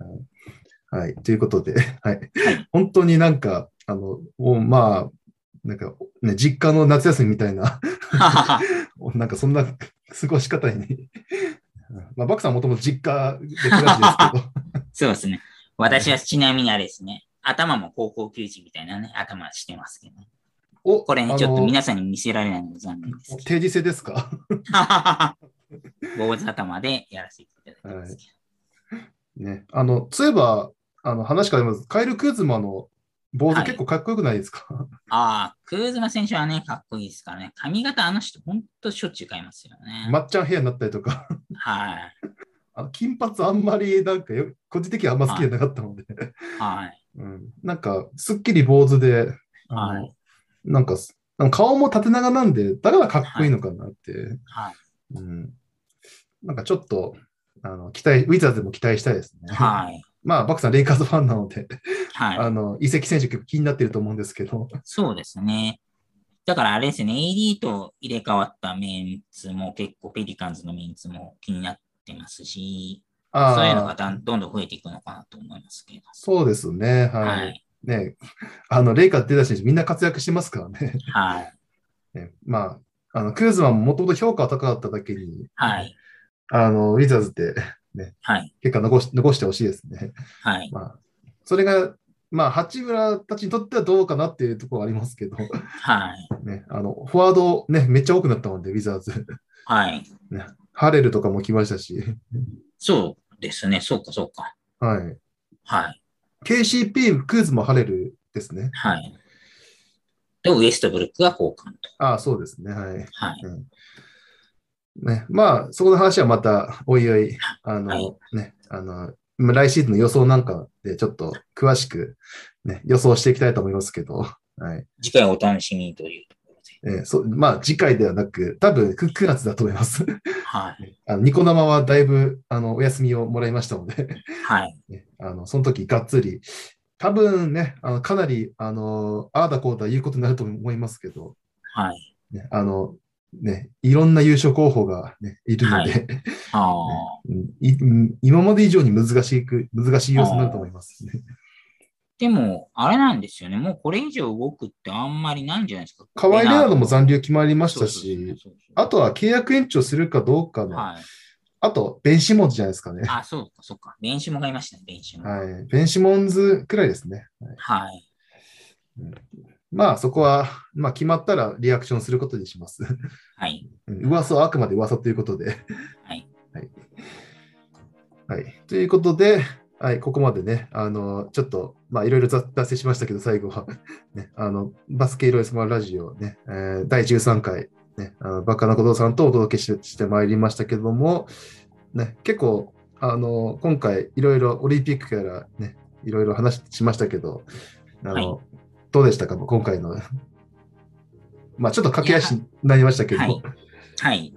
Speaker 2: はい、ということで、 はい、本当になんか、あのもうまあ、なんか、ね、実家の夏休みみたいな、 なんかそんな 過ごし方に。まあ、バクさんもともと実家で暮らしですけど、
Speaker 3: そうですね。私はちなみにあれですね、頭も高校球児みたいなね、頭してますけど、
Speaker 2: お
Speaker 3: これね、ちょっと
Speaker 2: あの
Speaker 3: 皆さんに見せられないので残念ですけど。
Speaker 2: 定時制ですか
Speaker 3: 坊主頭でやらせていただいてますけ
Speaker 2: ね。あの、そういえば、あの話変わります。カエル・クーズマの坊主
Speaker 3: はい
Speaker 2: 結構かっこよくないですか、
Speaker 3: ど。ああ、クズマ選手はね、かっこいいですからね。髪型あの人、ほんとしょっちゅう変えますよね。
Speaker 2: まっちゃんヘアになったりとか、
Speaker 3: はい。
Speaker 2: あの金髪あんまりなんかよ、個人的にはあんま好きじゃなかったので、
Speaker 3: はい。
Speaker 2: うん、 なんかすっきり坊主で、あの
Speaker 3: はい。
Speaker 2: なんかすなんか顔も縦長なんで、だからかっこいいのかなって、
Speaker 3: はい。
Speaker 2: うん、なんかちょっとあの期待、ウィザーズでも期待したいですね。
Speaker 3: はい。
Speaker 2: まあ、バクさん、レイカーズファンなので、
Speaker 3: はい。
Speaker 2: あの移籍選手結構気になってると思うんですけど、
Speaker 3: そうですね。だからあれですね、AD と入れ替わったメンツも結構、ペリカンズのメンツも気になってますし、
Speaker 2: あー
Speaker 3: そういうのがだんどんどん増えていくのかなと思いますけど。
Speaker 2: そうですね。はい。
Speaker 3: はい。
Speaker 2: ね、あの、レイカーズ出た選手みんな活躍してますからね。
Speaker 3: はい。
Speaker 2: ねまあ、あの、クルーズマンもともと評価は高かっただけに、
Speaker 3: はい。
Speaker 2: あの、ウィザーズで
Speaker 3: はい。
Speaker 2: 結果残し残してほしいですね。
Speaker 3: はい。
Speaker 2: まあ、それが、まあ、八村たちにとってはどうかなっていうところはありますけど、
Speaker 3: はい。
Speaker 2: ね、あの、フォワードね、めっちゃ多くなったので、ウィザーズ。
Speaker 3: はい。
Speaker 2: ね、 ハレルとかも来ましたし、
Speaker 3: そうですね。そうか、そうか。
Speaker 2: はい。
Speaker 3: はい。
Speaker 2: KCP、クーズもハレルですね。
Speaker 3: はい。で、ウエストブルックが交換と。
Speaker 2: ああ、そうですね。はい。
Speaker 3: はい。
Speaker 2: ね、まあ、そこの話はまた、おいおい、あの、
Speaker 3: はい
Speaker 2: ね、あの、まあ来シーズンの予想なんかで、ちょっと詳しく、ね、予想していきたいと思いますけど、はい。
Speaker 3: 次回お楽しみというところ
Speaker 2: えーそうまあ、次回ではなく、多分9、9月だと思います。
Speaker 3: で。はい。
Speaker 2: あのニコ生はだいぶ、あの、お休みをもらいましたので、
Speaker 3: はい。
Speaker 2: ね、あの、その時、がっつり、多分ね、あのかなり、あの、ああだこうだ言うことになると思いますけど、
Speaker 3: はい。
Speaker 2: ね、あの、ね、いろんな優勝候補が、ね、いるので、
Speaker 3: ああ。
Speaker 2: うんいうん今まで以上に難しく、難しい要素になると思います、ね。
Speaker 3: でも、あれなんですよね。もうこれ以上動くってあんまりないんじゃないですか。
Speaker 2: 河合レナードも残留決まりま
Speaker 3: ま
Speaker 2: したし、、
Speaker 3: そうそうそう
Speaker 2: あとは契約延長するかどうかの、
Speaker 3: はい。
Speaker 2: あと、ベンシモンズじゃないですかね。
Speaker 3: あ、そうか、そうか。練習もがいましたね、練習も。はい。
Speaker 2: はい。ベンシモンズくらいですね。まあ、そこは、まあ、決まったらリアクションすることにします。
Speaker 3: はい。
Speaker 2: うん噂はあくまで噂ということで。
Speaker 3: はい。
Speaker 2: はい。ということで、はい、ここまでね、あの、ちょっと、まあ、いろいろ雑達成しましたけど、最後は、 ね、あの、バスケイロイスマルラジオね、えー第13回、ね、あのバカな小僧さんとお届けししてまいりましたけども、ね、結構、あの、今回、いろいろオリンピックからね、いろいろ話しましたけど、あの、
Speaker 3: はい
Speaker 2: どうでしたか、今回の。 まあ、ちょっと駆け足になりましたけど、
Speaker 3: はいはい。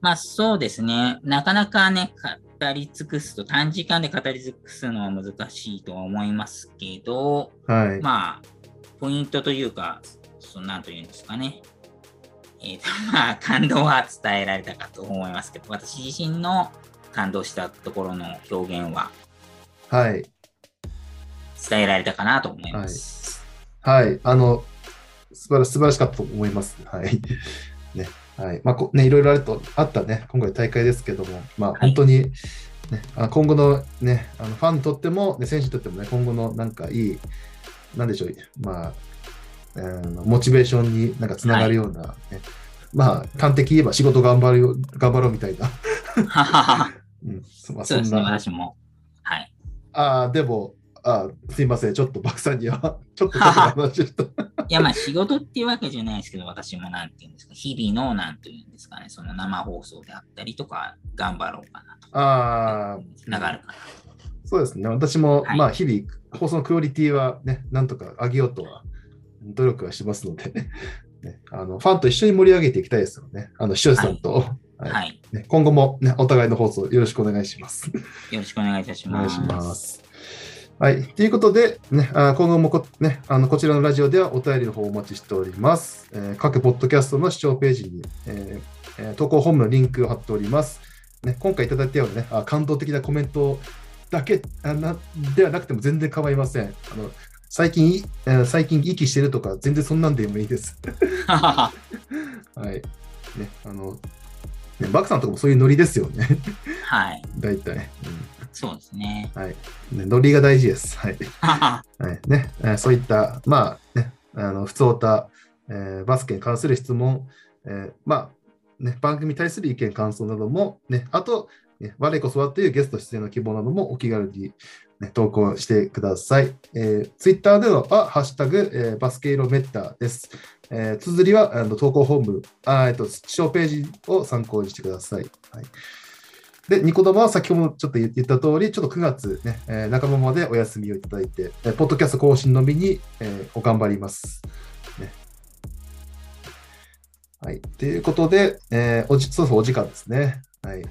Speaker 3: まあ、そうですね。なかなかね、語り尽くすと、短時間で語り尽くすのは難しいとは思いますけど、
Speaker 2: はい。
Speaker 3: まあ、ポイントというか、そのなんというんですかね。えっ、と、 まあ、感動は伝えられたかと思いますけど、私自身の感動したところの表現は
Speaker 2: はい。
Speaker 3: 伝えられたかなと思います。
Speaker 2: はい、あの、素晴ら素晴らしかったと思います。はい。ね、はい。まあ、こね、いろいろあると、あったね、今回大会ですけども、まあ、
Speaker 3: い
Speaker 2: 本当に、ね、あの今後のね、あのファンにとっても、ね、選手にとってもね、今後のなんかいい、なんでしょう、まあ、あのモチベーションになんかつながるような、ねまあ、端的に言えば仕事頑張るよ、頑張ろうみたいな。
Speaker 3: ははは は
Speaker 2: うん、そまあ
Speaker 3: そう
Speaker 2: そ
Speaker 3: で
Speaker 2: ん
Speaker 3: すね、
Speaker 2: な。
Speaker 3: 私も。はい。
Speaker 2: ああ、でも、あーすいません、ちょっとバクさんには、ちょっとちょっと 話をした。
Speaker 3: いや、まあ、仕事っていうわけじゃないですけど、私もなんていうんですか、日々のなんていうんですかね、その生放送であったりとか、頑張ろうかなと。
Speaker 2: ああ、
Speaker 3: つながるかな。
Speaker 2: そうですね、私も、
Speaker 3: はい
Speaker 2: まあ日々、放送のクオリティはね、なんとか上げようとは、努力はしてますので、 ね、あのファンと一緒に盛り上げていきたいですよね、あの視聴者さんと、はい
Speaker 3: はい。
Speaker 2: ね今後も、ね、お互いの放送よろしくお願いします。
Speaker 3: よろしくお願いいたし
Speaker 2: お願
Speaker 3: ま
Speaker 2: い
Speaker 3: す。
Speaker 2: します。はい、ということで、ね、あ今後もこ,、ね、あのこちらのラジオではお便りの方をお待ちしております。えー各ポッドキャストの視聴ページに、えーえー投稿ホームのリンクを貼っております。ね、今回いただいたような、ね、あ感動的なコメントだけあなではなくても全然構いません。あの最近い、えー最近息してるとか、全然そんなんでもいいです。はい。ね、あの、ね、バクさんとかもそういうノリですよね、
Speaker 3: はい。
Speaker 2: 大体。うん
Speaker 3: そうですね。
Speaker 2: ね、ノリが大事です。はい。
Speaker 3: はは
Speaker 2: はいねえーそういった、まあね、あの普通歌、えーバスケに関する質問、えーまあね、番組に対する意見、感想なども、ね、あと、ね、我こそはというゲスト出演の希望などもお気軽に、ね、投稿してください。えー、ツイッターでのは、ハッシュタグ、えーバスケイロメッタです。えー、綴りはあの投稿本部、あーえっと、視聴ページを参考にしてください。はいで、ニコ玉は先ほどもちょっと言った通り、ちょっと9月ね、えー、半ばまでお休みをいただいて、えーポッドキャスト更新のみに、えーお頑張ります。ね。はい。ということで、えーおじ、そろそろお時間ですね。はい。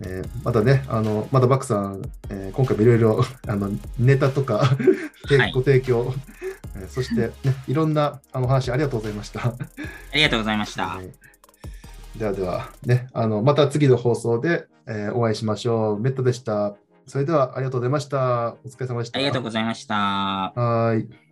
Speaker 2: えーまたね、あの、まだバックさん、えー今回もいろいろ、 あの、ネタとか、
Speaker 3: はい
Speaker 2: ご提供、えーそして、ね、いろんなあのお話ありがとうございました。
Speaker 3: ありがとうございました
Speaker 2: は。いではでは、ね、あのまた次の放送で、えーお会いしましょう。メットでした。それではありがとうございました。お疲れ様でした。
Speaker 3: ありがとうございました。
Speaker 2: はーい。